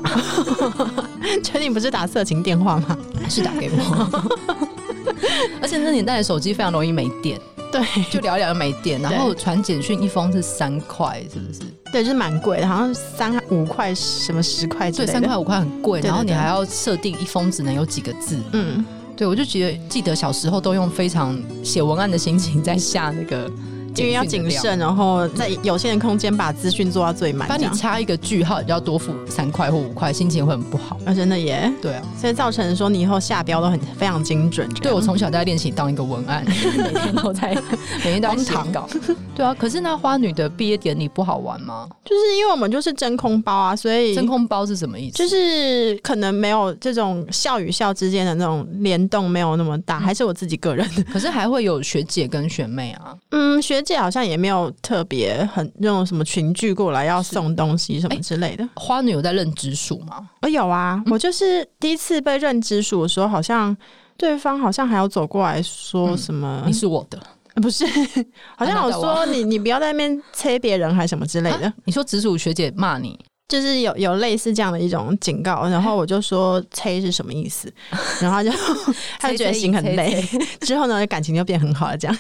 Speaker 4: 确定不是打色情电话吗？
Speaker 3: 还 是打给我。 而且那年代的手机非常容易没电，
Speaker 4: 对，
Speaker 3: 就聊一聊就没电，然后传简讯一封是三块，是不是？
Speaker 4: 对，就是蛮贵的，好像三五块什么十块之
Speaker 3: 对，
Speaker 4: 类的。
Speaker 3: 三块。五块很贵，
Speaker 4: 对对
Speaker 3: 然后你
Speaker 4: 对
Speaker 3: 还要设定一封只能有几个字。
Speaker 4: 嗯，
Speaker 3: 对，我就觉得记得小时候都用非常写文案的心情在下那 个，
Speaker 4: 因为要谨，慎，啊然后在有限的空间把资讯做到最满。
Speaker 3: 把
Speaker 4: 这
Speaker 3: 你
Speaker 4: 样
Speaker 3: 插一个句号，你就要多付三块或五块，心情会很不好。
Speaker 4: 啊，真的耶，
Speaker 3: 对啊，
Speaker 4: 所以造成说你以后下标都很非常精准这样。
Speaker 3: 对我从小在练习当一个文 案，每天都在， 每天都在写
Speaker 4: 荒唐
Speaker 3: 稿。对啊，可是那花女的毕业典礼不好玩吗？
Speaker 4: 就是因为我们就是真空包啊，所以
Speaker 3: 真空包是什么意思？
Speaker 4: 就是可能没有这种校与校之间的那种联动没有那么大，还是我自己个人。
Speaker 3: 可是还会有学姐跟学妹啊。
Speaker 4: 嗯， 学姐好像也没有特别很那种什么群聚过来要送东西什么之类的。
Speaker 3: 花女有在认直属吗？
Speaker 4: 我哎有啊，我就是第一次被认直属的时候，好像对方好像还有走过来说什么，
Speaker 3: 你是我的，
Speaker 4: 呃不是， 好像有
Speaker 3: 啊
Speaker 4: 说你你不要在那边催别人还什么之类的，
Speaker 3: 啊你说直属学姐骂你，
Speaker 4: 就是有有类似这样的一种警告。然后我就说催是什么意 思，然后他就他就觉得心很累，之后呢感情就变很好了，这样。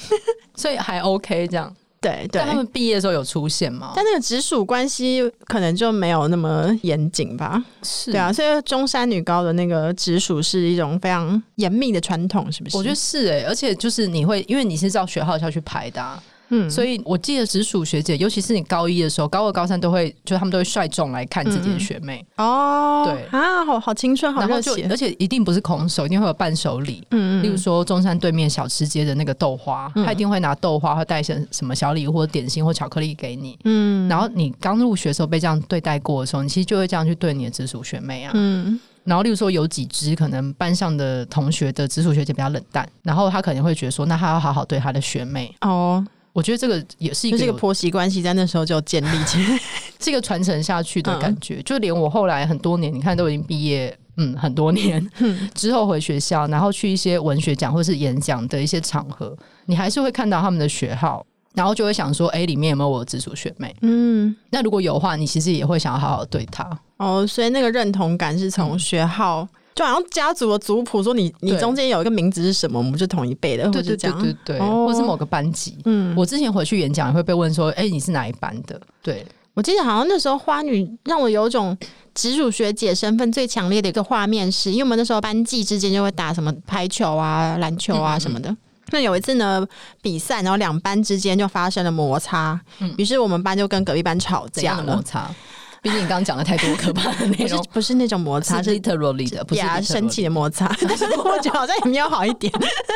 Speaker 3: 所以还 OK 这样。
Speaker 4: 对对
Speaker 3: 但他。们毕业的时候有出现吗？
Speaker 4: 但那个直属关系可能就没有那么严谨吧，
Speaker 3: 是
Speaker 4: 对啊，，所以中山女高的那个直属是一种非常严密的传统，是不是？
Speaker 3: 我觉得是哎、而且就是你会，因为你是照学号下去排的、啊，
Speaker 4: 嗯
Speaker 3: 所以我记得直属学姐，尤其是你高一的时候，高二、高三都会，就他们都会率众来看自己的学妹，
Speaker 4: 哦，
Speaker 3: 对
Speaker 4: 啊，好好青春，好
Speaker 3: 然后
Speaker 4: 热
Speaker 3: 就
Speaker 4: 血，
Speaker 3: 而且一定不是空手，一定会有伴手礼。
Speaker 4: 嗯
Speaker 3: 例如说，中山对面小吃街的那个豆花，
Speaker 4: 嗯
Speaker 3: 他一定会拿豆花，会带一些什么小礼物或点心或巧克力给你。
Speaker 4: 嗯
Speaker 3: 然后你刚入学的时候被这样对待过的时候，你其实就会这样去对你的直属学妹啊。
Speaker 4: 嗯
Speaker 3: 然后，例如说有几只可能班上的同学的直属学姐比较冷淡，然后她可能会觉得说，那她要好好对她的学妹。
Speaker 4: 哦，
Speaker 3: 我觉得这个也是一
Speaker 4: 就
Speaker 3: 个
Speaker 4: 是一个
Speaker 3: 有
Speaker 4: 婆媳关系，在那时候就建立 起来。
Speaker 3: 是一个传承下去的感
Speaker 4: 嗯
Speaker 3: 觉。就连我后来很多年，你看都已经毕业，嗯，很多 年、之后回学校，然后去一些文学奖或是演讲的一些场合，你还是会看到他们的学号。然后就会想说，哎，里面有没有我的直属学妹？
Speaker 4: 嗯，
Speaker 3: 那如果有的话，你其实也会想要好好对她。
Speaker 4: 哦，所以那个认同感是从学号。就好像家族的族谱说你你
Speaker 3: 嗯对
Speaker 4: 中间有一个名字是什么，我们就同一辈的，或
Speaker 3: 对
Speaker 4: 者
Speaker 3: 对
Speaker 4: 这
Speaker 3: 对
Speaker 4: 样。
Speaker 3: 对对，
Speaker 4: 哦
Speaker 3: 或是某个班级。
Speaker 4: 嗯，
Speaker 3: 我之前回去演讲也会被问说，哎，你是哪一班的？对，
Speaker 4: 我记得好像那时候花女让我有一种直属学姐身份最强烈的一个画面是，因为我们那时候班级之间就会打什么排球啊、篮球
Speaker 3: 嗯
Speaker 4: 啊什么的。那有一次呢，比赛，然后两班之间就发生了摩擦，于、是我们班就跟隔壁班吵
Speaker 3: 怎
Speaker 4: 架
Speaker 3: 样的摩
Speaker 4: 了。
Speaker 3: 擦？毕竟你刚刚讲了太多可怕的内
Speaker 4: 不是
Speaker 3: 容，
Speaker 4: 不是那种摩擦，
Speaker 3: 它
Speaker 4: 是
Speaker 3: 哎
Speaker 4: 哎
Speaker 3: 是 literally 的，不是
Speaker 4: 呀
Speaker 3: literally
Speaker 4: 生气的摩擦， 但是我觉得好像也没有好一点。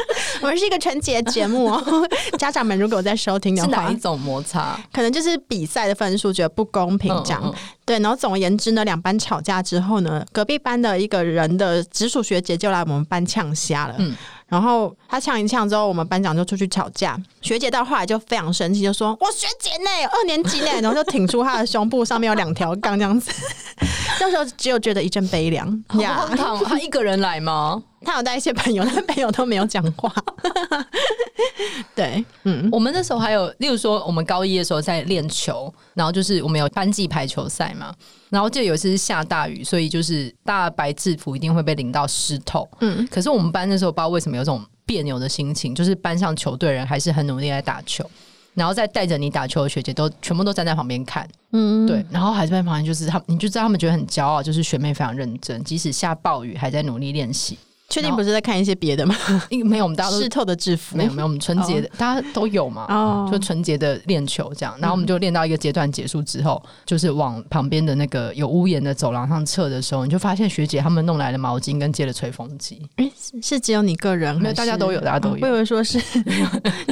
Speaker 4: 我们是一个纯洁节目哦， 家长们如果有在收听的
Speaker 3: 是哪
Speaker 4: 话
Speaker 3: 一，种摩 擦？
Speaker 4: 可能就是比赛的分数觉得不公平这样。
Speaker 3: 嗯嗯嗯
Speaker 4: 对，然后总而言之呢，两班吵架之后呢，隔壁班的一个人的直属学姐就来我们班呛瞎了。
Speaker 3: 嗯
Speaker 4: 然后她呛一呛之后，我们班长就出去吵架。学姐到后来就非常生气，就说：“我学姐呢，二年级 呢。”然后就挺出她的胸部，上面有两条杠这样子。那时候只有觉得一阵悲凉
Speaker 3: 好
Speaker 4: 呀。
Speaker 3: 荒唐哦！他一个人来吗？
Speaker 4: 他有带一些朋友，但朋友都没有讲 话。对，嗯，
Speaker 3: 我们那时候还有，例如说，我们高一的时候在练球，然后就是我们有班级排球赛嘛，然后就有一次是下大雨，所以就是大白制服一定会被淋到湿透。嗯，可是我们班那时候不知道为什么有种别扭的心情，就是班上球队人还是很努力来打球。然后再带着你打球的学姐都全部都站在旁边看，嗯，对，然后还是在旁边，就是他，你就知道他们觉得很骄傲，就是学妹非常认真，即使下暴雨还在努力练 习。
Speaker 4: 确定不是在看一些别的吗？
Speaker 3: 因为没有，我们大 家都
Speaker 4: 湿透的制服
Speaker 3: 没有没有，我们纯洁的、大家都有嘛，
Speaker 4: 哦嗯
Speaker 3: 就纯洁的练球这样。然后我们就练到一个阶段结束之后，就是往旁边的那个有屋檐的走廊上撤的时候，你就发现学姐他们弄来了毛巾跟接了吹风机，
Speaker 4: 是只有你个人，
Speaker 3: 没有
Speaker 4: 还是
Speaker 3: 大家都有大家都有
Speaker 4: 哦我以为 说是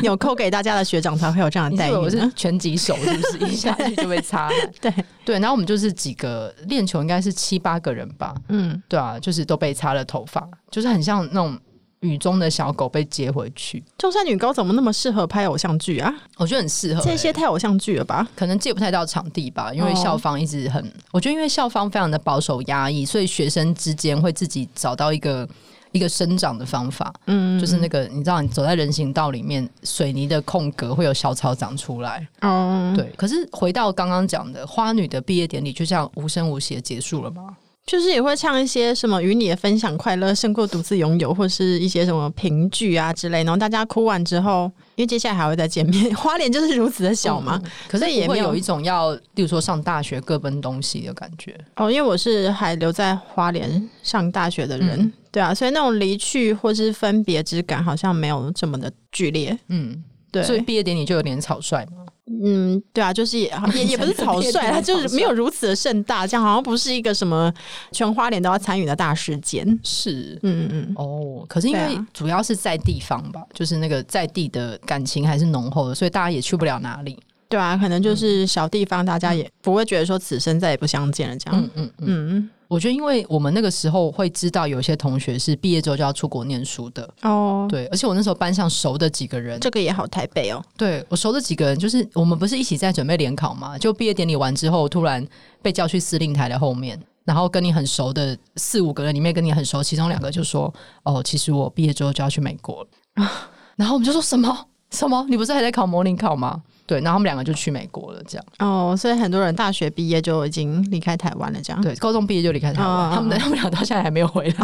Speaker 4: 纽扣给大家的学长才会有这样的
Speaker 3: 你
Speaker 4: 待
Speaker 3: 以为
Speaker 4: 遇
Speaker 3: 我是
Speaker 4: 呢。
Speaker 3: 拳击手是 不是？一下去就被擦烂。
Speaker 4: 对，
Speaker 3: 对，然后我们就是几个练球，应该是七八个人吧，
Speaker 4: 嗯，
Speaker 3: 对啊，就是都被擦了头发，就是很像那种雨中的小狗被接回去，
Speaker 4: 中山女高怎么那么适合拍偶像剧啊？
Speaker 3: 我觉得很适合、欸。
Speaker 4: 这些太偶像剧了吧？
Speaker 3: 可能借不太到场地吧，因为
Speaker 4: 哦
Speaker 3: 校方一直很，我觉得因为校方非常的保守压抑，所以学生之间会自己找到一个一个生长的方法，
Speaker 4: 嗯，
Speaker 3: 就是那个你知道，你走在人行道里面，水泥的空格会有小草长出来。
Speaker 4: 哦，
Speaker 3: 对，可是回到刚刚讲的花女的毕业典礼，就这样无声无息的结束了吗？
Speaker 4: 就是也会唱一些什么“与你的分享快乐胜过独自拥有”，或是一些什么评剧啊之类。然后大家哭完之后，因为接下来还会再见面，花莲就是如此的小嘛。
Speaker 3: 可是
Speaker 4: 所以也
Speaker 3: 也会
Speaker 4: 没有
Speaker 3: 有一种要，例如说上大学各奔东西的感觉。
Speaker 4: 哦，因为我是还留在花莲上大学的人，
Speaker 3: 嗯
Speaker 4: 对啊，所以那种离去或是分别之感好像没有这么的剧烈。
Speaker 3: 嗯，
Speaker 4: 对，
Speaker 3: 所以毕业典礼就有点草率嘛。
Speaker 4: 嗯，对啊，就是也 也也不是草
Speaker 3: 也不
Speaker 4: 率，啊
Speaker 3: 是
Speaker 4: 它就
Speaker 3: 草
Speaker 4: 是
Speaker 3: 率啊
Speaker 4: 没有如此的盛大，这样好像不是一个什么全花莲都要参与的大事件。
Speaker 3: 是，
Speaker 4: 嗯嗯
Speaker 3: 哦，可是因
Speaker 4: 对
Speaker 3: 为
Speaker 4: 啊
Speaker 3: 主要是在地方吧，就是那个在地的感情还是浓厚的，所以大家也去不了哪里。
Speaker 4: 对啊，可能就是小地方，大家也不会觉得说此生再也不相见了这样。
Speaker 3: 嗯嗯嗯，
Speaker 4: 嗯
Speaker 3: 我觉得因为我们那个时候会知道有些同学是毕业之后就要出国念书的，
Speaker 4: 哦，
Speaker 3: 对，而且我那时候班上熟的几个人，
Speaker 4: 这个也好台北哦，
Speaker 3: 对我熟的几个人，就是我们不是一起在准备联考嘛，就毕业典礼完之后，突然被叫去司令台的后面。然后跟你很熟的四五个人里面，跟你很熟，其中两个就说：“哦，其实我毕业之后就要去美国了。” 然后我们就说什么什么？你不是还在考模拟考吗？对，然后他们两个就去美国了，这样。
Speaker 4: 哦，所以很多人大学毕业就已经离开台湾了这样。
Speaker 3: 对，高中毕业就离开台
Speaker 4: 嗯嗯
Speaker 3: 湾，
Speaker 4: 嗯
Speaker 3: 他们的他们俩到现在还没有回来。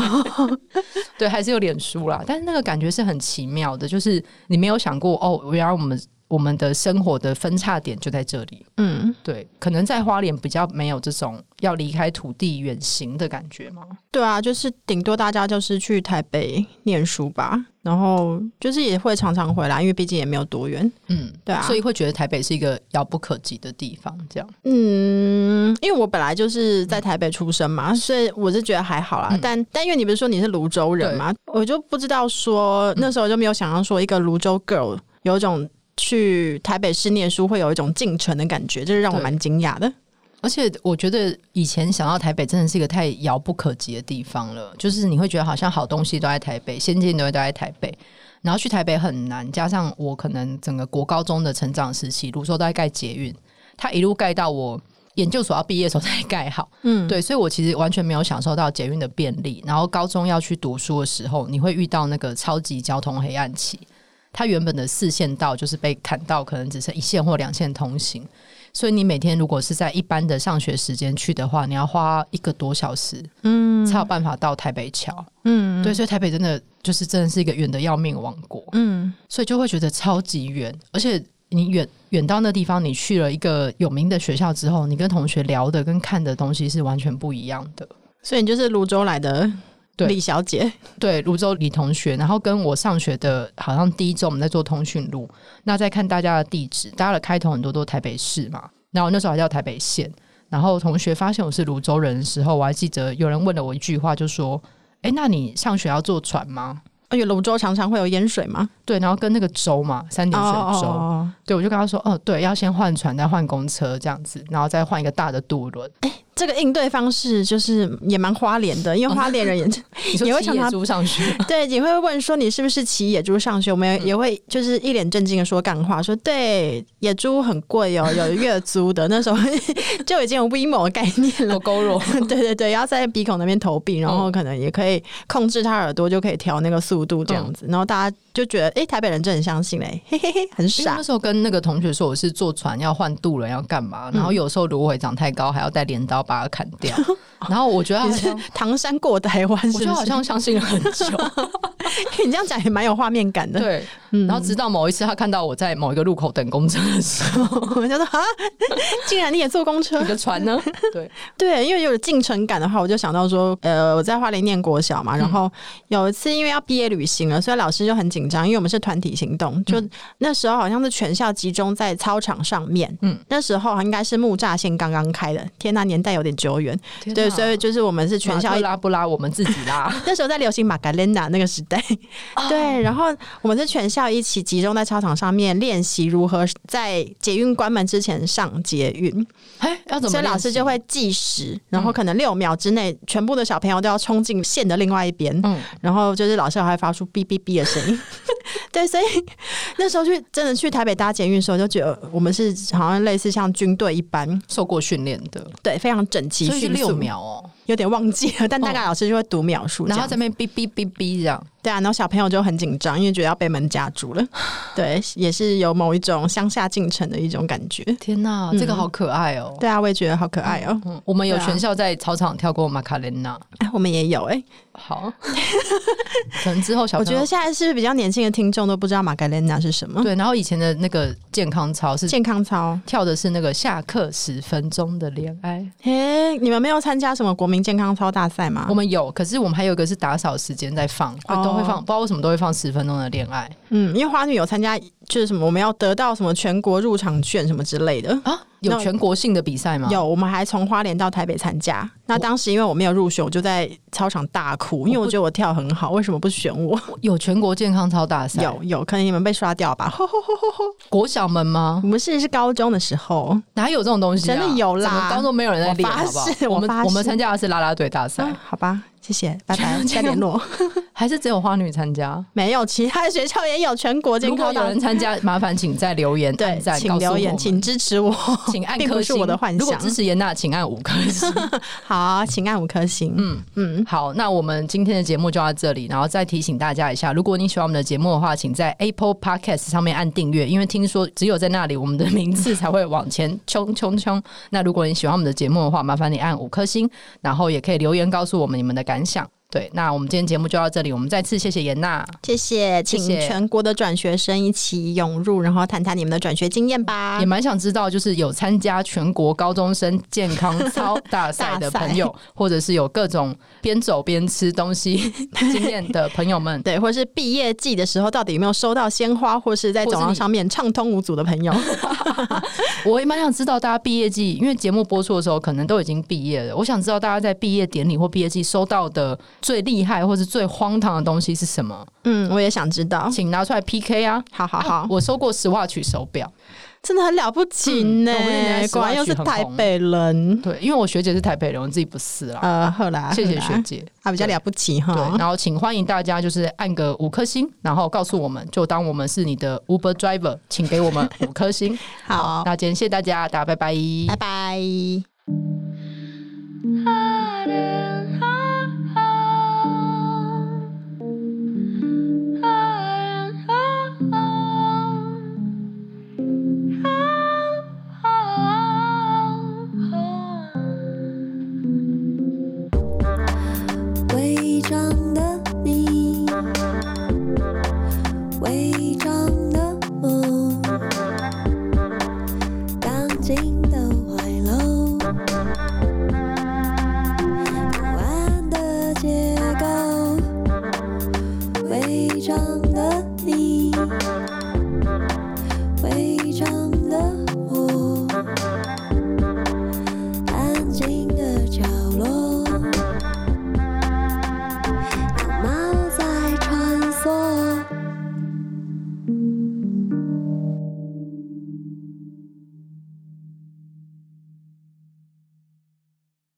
Speaker 3: 对，还是有脸书啦，但是那个感觉是很奇妙的，就是你没有想过哦，原来我们我们的生活的分叉点就在这里。
Speaker 4: 嗯，
Speaker 3: 对，可能在花莲比较没有这种要离开土地远行的感觉嘛。
Speaker 4: 对啊，就是顶多大家就是去台北念书吧，然后就是也会常常回来，因为毕竟也没有多远。
Speaker 3: 嗯，
Speaker 4: 对啊，
Speaker 3: 所以会觉得台北是一个遥不可及的地方。这样，
Speaker 4: 嗯，因为我本来就是在台北出生嘛，所以我是觉得还好啦。
Speaker 3: 嗯
Speaker 4: 但但因为你不是说你是泸州人嘛，我就不知道说那时候就没有想到说一个泸州 girl 有一种去台北市念书会有一种进城的感觉，这是让我
Speaker 3: 对
Speaker 4: 蛮惊讶的。
Speaker 3: 而且我觉得以前想到台北真的是一个太遥不可及的地方了，就是你会觉得好像好东西都在台北，先进的东西都在台北，然后去台北很难。加上我可能整个国高中的成长时期，泸州都在盖捷运，它一路盖到我研究所要毕业的时候才盖好。
Speaker 4: 嗯，
Speaker 3: 对，所以我其实完全没有享受到捷运的便利。然后高中要去读书的时候，你会遇到那个超级交通黑暗期，它原本的四线道就是被砍到，可能只剩一线或两线通行。所以你每天如果是在一般的上学时间去的话，你要花一个多小时
Speaker 4: 嗯
Speaker 3: 才有办法到台北桥。
Speaker 4: 嗯
Speaker 3: 对，所以台北真的就是真的是一个远的要命的王国。
Speaker 4: 嗯，
Speaker 3: 所以就会觉得超级远，而且你远远到那地方，你去了一个有名的学校之后，你跟同学聊的跟看的东西是完全不一样的。
Speaker 4: 所以你就是泸州来的
Speaker 3: 对
Speaker 4: 李小姐。
Speaker 3: 对，泸州李同学，然后跟我上学的，好像第一周我们在做通讯录，那再看大家的地址，大家的开头很多都台北市嘛，然后那时候还叫台北县，然后同学发现我是泸州人的时候，我还记得有人问了我一句话，就说：“哎，那你上学要坐船吗
Speaker 4: 而且泸州常常会有淹水嘛，？”
Speaker 3: 对，然后跟那个州嘛，三点水州。
Speaker 4: 哦，
Speaker 3: 对，我就跟他说：“哦，对，要先换船，再换公车这样子，然后再换一个大的渡 轮。
Speaker 4: 这个应对方式就是也蛮花脸的，因为花脸人也、
Speaker 3: 你说
Speaker 4: 也会
Speaker 3: 骑
Speaker 4: 常
Speaker 3: 野
Speaker 4: 常
Speaker 3: 猪上 去吗，
Speaker 4: 对，也会问说你是不是骑野猪上学？我们
Speaker 3: 嗯
Speaker 4: 也也会就是一脸正经的说干话，说对，野猪很贵哦，有月租的。那时候 就已经有 WeMo 的概念了
Speaker 3: 狗。狗肉。
Speaker 4: 对对对，要在鼻孔那边投币，然后可能也可
Speaker 3: 嗯
Speaker 4: 以控制他耳朵，就可以调那个速度这样子。然后大家就觉得，哎、台北人真的很相信嘞、欸嘿嘿嘿，
Speaker 3: 因
Speaker 4: 很
Speaker 3: 为
Speaker 4: 傻
Speaker 3: 那。时候跟那个同学说我是坐船要换渡轮要干嘛，
Speaker 4: 嗯
Speaker 3: 然后有时候芦苇长太高还要带镰刀把它砍 掉，然后我觉得好
Speaker 4: 你是
Speaker 3: 像，
Speaker 4: 唐山过台湾是
Speaker 3: 我觉
Speaker 4: 不是，
Speaker 3: 得好像相信了很久，
Speaker 4: 你这样讲也蛮有画面感的。
Speaker 3: 对。
Speaker 4: 嗯，
Speaker 3: 然后直到某一次他看到我在某一个路口等公车的时 候，
Speaker 4: 我就说啊，竟然你也坐公车
Speaker 3: 你？的船呢？对，
Speaker 4: 对，因为有进城感的话，我就想到说，呃，我在花莲念国小
Speaker 3: 嗯
Speaker 4: 嘛，然后有一次因为要毕业旅行了，所以老师就很紧张，因为我们是团体行
Speaker 3: 嗯
Speaker 4: 动，就那时候好像是全校集中在操场上面，
Speaker 3: 嗯
Speaker 4: 嗯，那时候应该是木栅线刚刚开的，天呐，年代有点久远，对，所以就是我们是全校
Speaker 3: 马
Speaker 4: 一
Speaker 3: 克拉不拉我们自己拉，
Speaker 4: 那时候在流行玛格丽娜那个时代，
Speaker 3: 啊
Speaker 4: 对，然后我们是全校一起集中在操场上面练习如何在捷运关门之前上捷运，
Speaker 3: 哎，要怎么练
Speaker 4: 所
Speaker 3: 习？嗯
Speaker 4: 以老师就会计时，然后可能六秒之内，全部的小朋友都要冲进线的另外一边，
Speaker 3: 嗯
Speaker 4: 然后就是老师还会发出哔哔哔的声音。 对，所以那时候去真的去台北搭捷运的时候，就觉得我们是好像类似像军队一般，
Speaker 3: 受过训练的，
Speaker 4: 对，非常整齐
Speaker 3: 所以是
Speaker 4: 迅
Speaker 3: 六
Speaker 4: 速，
Speaker 3: 秒哦，
Speaker 4: 有点忘记了，但大概老师就会读秒数这
Speaker 3: 然
Speaker 4: 样，
Speaker 3: 后在那边哔哔哔哔这样，
Speaker 4: 对啊，然后小朋友就很紧张，因为觉得要被门夹住 了。对，也是有某一种乡下进城的一种感觉。
Speaker 3: 天哪，这个好可爱哦。
Speaker 4: 嗯对啊，我也觉得好可爱哦、
Speaker 3: 嗯，我们有
Speaker 4: 对啊
Speaker 3: 全校在操场跳过马卡莲娜，
Speaker 4: 哎，我们也有哎、
Speaker 3: 好，可能之后小
Speaker 4: 我
Speaker 3: 朋
Speaker 4: 觉
Speaker 3: 友
Speaker 4: 得现在是不是比较年轻的听众都不知道玛格丽娜是什么？
Speaker 3: 对，然后以前的那个健康操是
Speaker 4: 嗯健康操。
Speaker 3: 跳的是那个下课十分钟的恋爱，
Speaker 4: 嘿，你们没有参加什么国民健康操大赛吗
Speaker 3: 我？们有，可是我们还有一个是打扫时间在放，会
Speaker 4: 哦
Speaker 3: 都会放，不知道为什么都会放十分钟的恋爱
Speaker 4: 嗯，因为花女有参加，就是什么我们要得到什么全国入场券什么之类的。
Speaker 3: 啊？有
Speaker 4: 那
Speaker 3: 全国性的比赛吗？，
Speaker 4: 有，我们还从花莲到台北参加。那当时因啊为我没有入选，我就在操场大哭，因为我觉得我跳很好，为什么不选 我？
Speaker 3: 有全国健康操大赛，
Speaker 4: 有有，可能你们被刷掉 吧。吼吼吼吼吼！
Speaker 3: 国小们吗？
Speaker 4: 我们是是高中的时候，
Speaker 3: 哪有这种东西、啊？
Speaker 4: 真的有啦
Speaker 3: 怎么高中没有人在练，
Speaker 4: 我发
Speaker 3: 好不好
Speaker 4: 誓？
Speaker 3: 我
Speaker 4: 我
Speaker 3: 们
Speaker 4: 发誓
Speaker 3: 们参加的是啦啦队大赛，
Speaker 4: 啊好吧，谢谢， 拜
Speaker 3: 这
Speaker 4: 拜，
Speaker 3: 样
Speaker 4: 再联络。
Speaker 3: 还是只有花女参加？
Speaker 4: 没有，其他学校也有全国健
Speaker 3: 如果
Speaker 4: 康
Speaker 3: 有
Speaker 4: 的
Speaker 3: 人。参 加，麻烦请 在留言
Speaker 4: 对
Speaker 3: 按，赞，告
Speaker 4: 请
Speaker 3: 诉
Speaker 4: 留
Speaker 3: 我
Speaker 4: 言，
Speaker 3: 们
Speaker 4: 请支持我，
Speaker 3: 请按
Speaker 4: 并
Speaker 3: 颗
Speaker 4: 不是
Speaker 3: 星。
Speaker 4: 我的幻
Speaker 3: 如果
Speaker 4: 想。
Speaker 3: 支持严娜，请按五颗星。
Speaker 4: 好，请按五颗星。嗯嗯，
Speaker 3: 好，那我们今天的节目就到这里，然后再提醒大家一下，如果你喜欢我们的节目的话，请在 Apple Podcast 上面按订阅，因为听说只有在那里我们的名次才会往前冲冲冲。那如果你喜欢我们的节目的话，麻烦你按五颗星，然后也可以留言告诉我们你们的感想。对，那我们今天节目就到这里，我们再次谢谢严娜，
Speaker 4: 谢谢，请
Speaker 3: 谢谢
Speaker 4: 全国的转学生一起涌入，然后谈谈你们的转学经验吧
Speaker 3: 也。蛮想知道，就是有参加全国高中生健康操大赛的朋友，或者是有各种边走边吃东西经验的朋友们，
Speaker 4: 对，或是毕业季的时候，到底有没有收到鲜花，或是在
Speaker 3: 或是
Speaker 4: 走廊
Speaker 3: 你
Speaker 4: 上面畅通无阻的 朋友？
Speaker 3: 我也蛮想知道大家毕业季，因为节目播出的时候可能都已经毕业了，我想知道大家在毕业典礼或毕业季收到的最厉害或是最荒唐的东西是什么，
Speaker 4: 嗯，我也想知道。
Speaker 3: 请拿出来 PK 啊！
Speaker 4: 好好好，
Speaker 3: 我收过实话曲手表，
Speaker 4: 真的很了不起呢、
Speaker 3: 嗯我们也来实
Speaker 4: 果
Speaker 3: 话
Speaker 4: 然又
Speaker 3: 曲
Speaker 4: 是
Speaker 3: 很
Speaker 4: 台
Speaker 3: 红
Speaker 4: 北人。
Speaker 3: 对，因为我学姐是台北人，我自己不是啦。
Speaker 4: 呃，后来
Speaker 3: 谢谢
Speaker 4: 后来
Speaker 3: 学姐，
Speaker 4: 啊，比较了不起哈。
Speaker 3: 对，然后请欢迎大家就是按个五颗星，然后告诉我们，就当我们是你的 Uber driver，请给我们五颗星。
Speaker 4: 好，
Speaker 3: 那今天谢谢大家，大家拜拜，
Speaker 4: 拜拜。
Speaker 2: 花莲啊啊，花莲啊啊，啊啊！违章的你，违章的我，钢筋的怀楼。不安的结构，违章的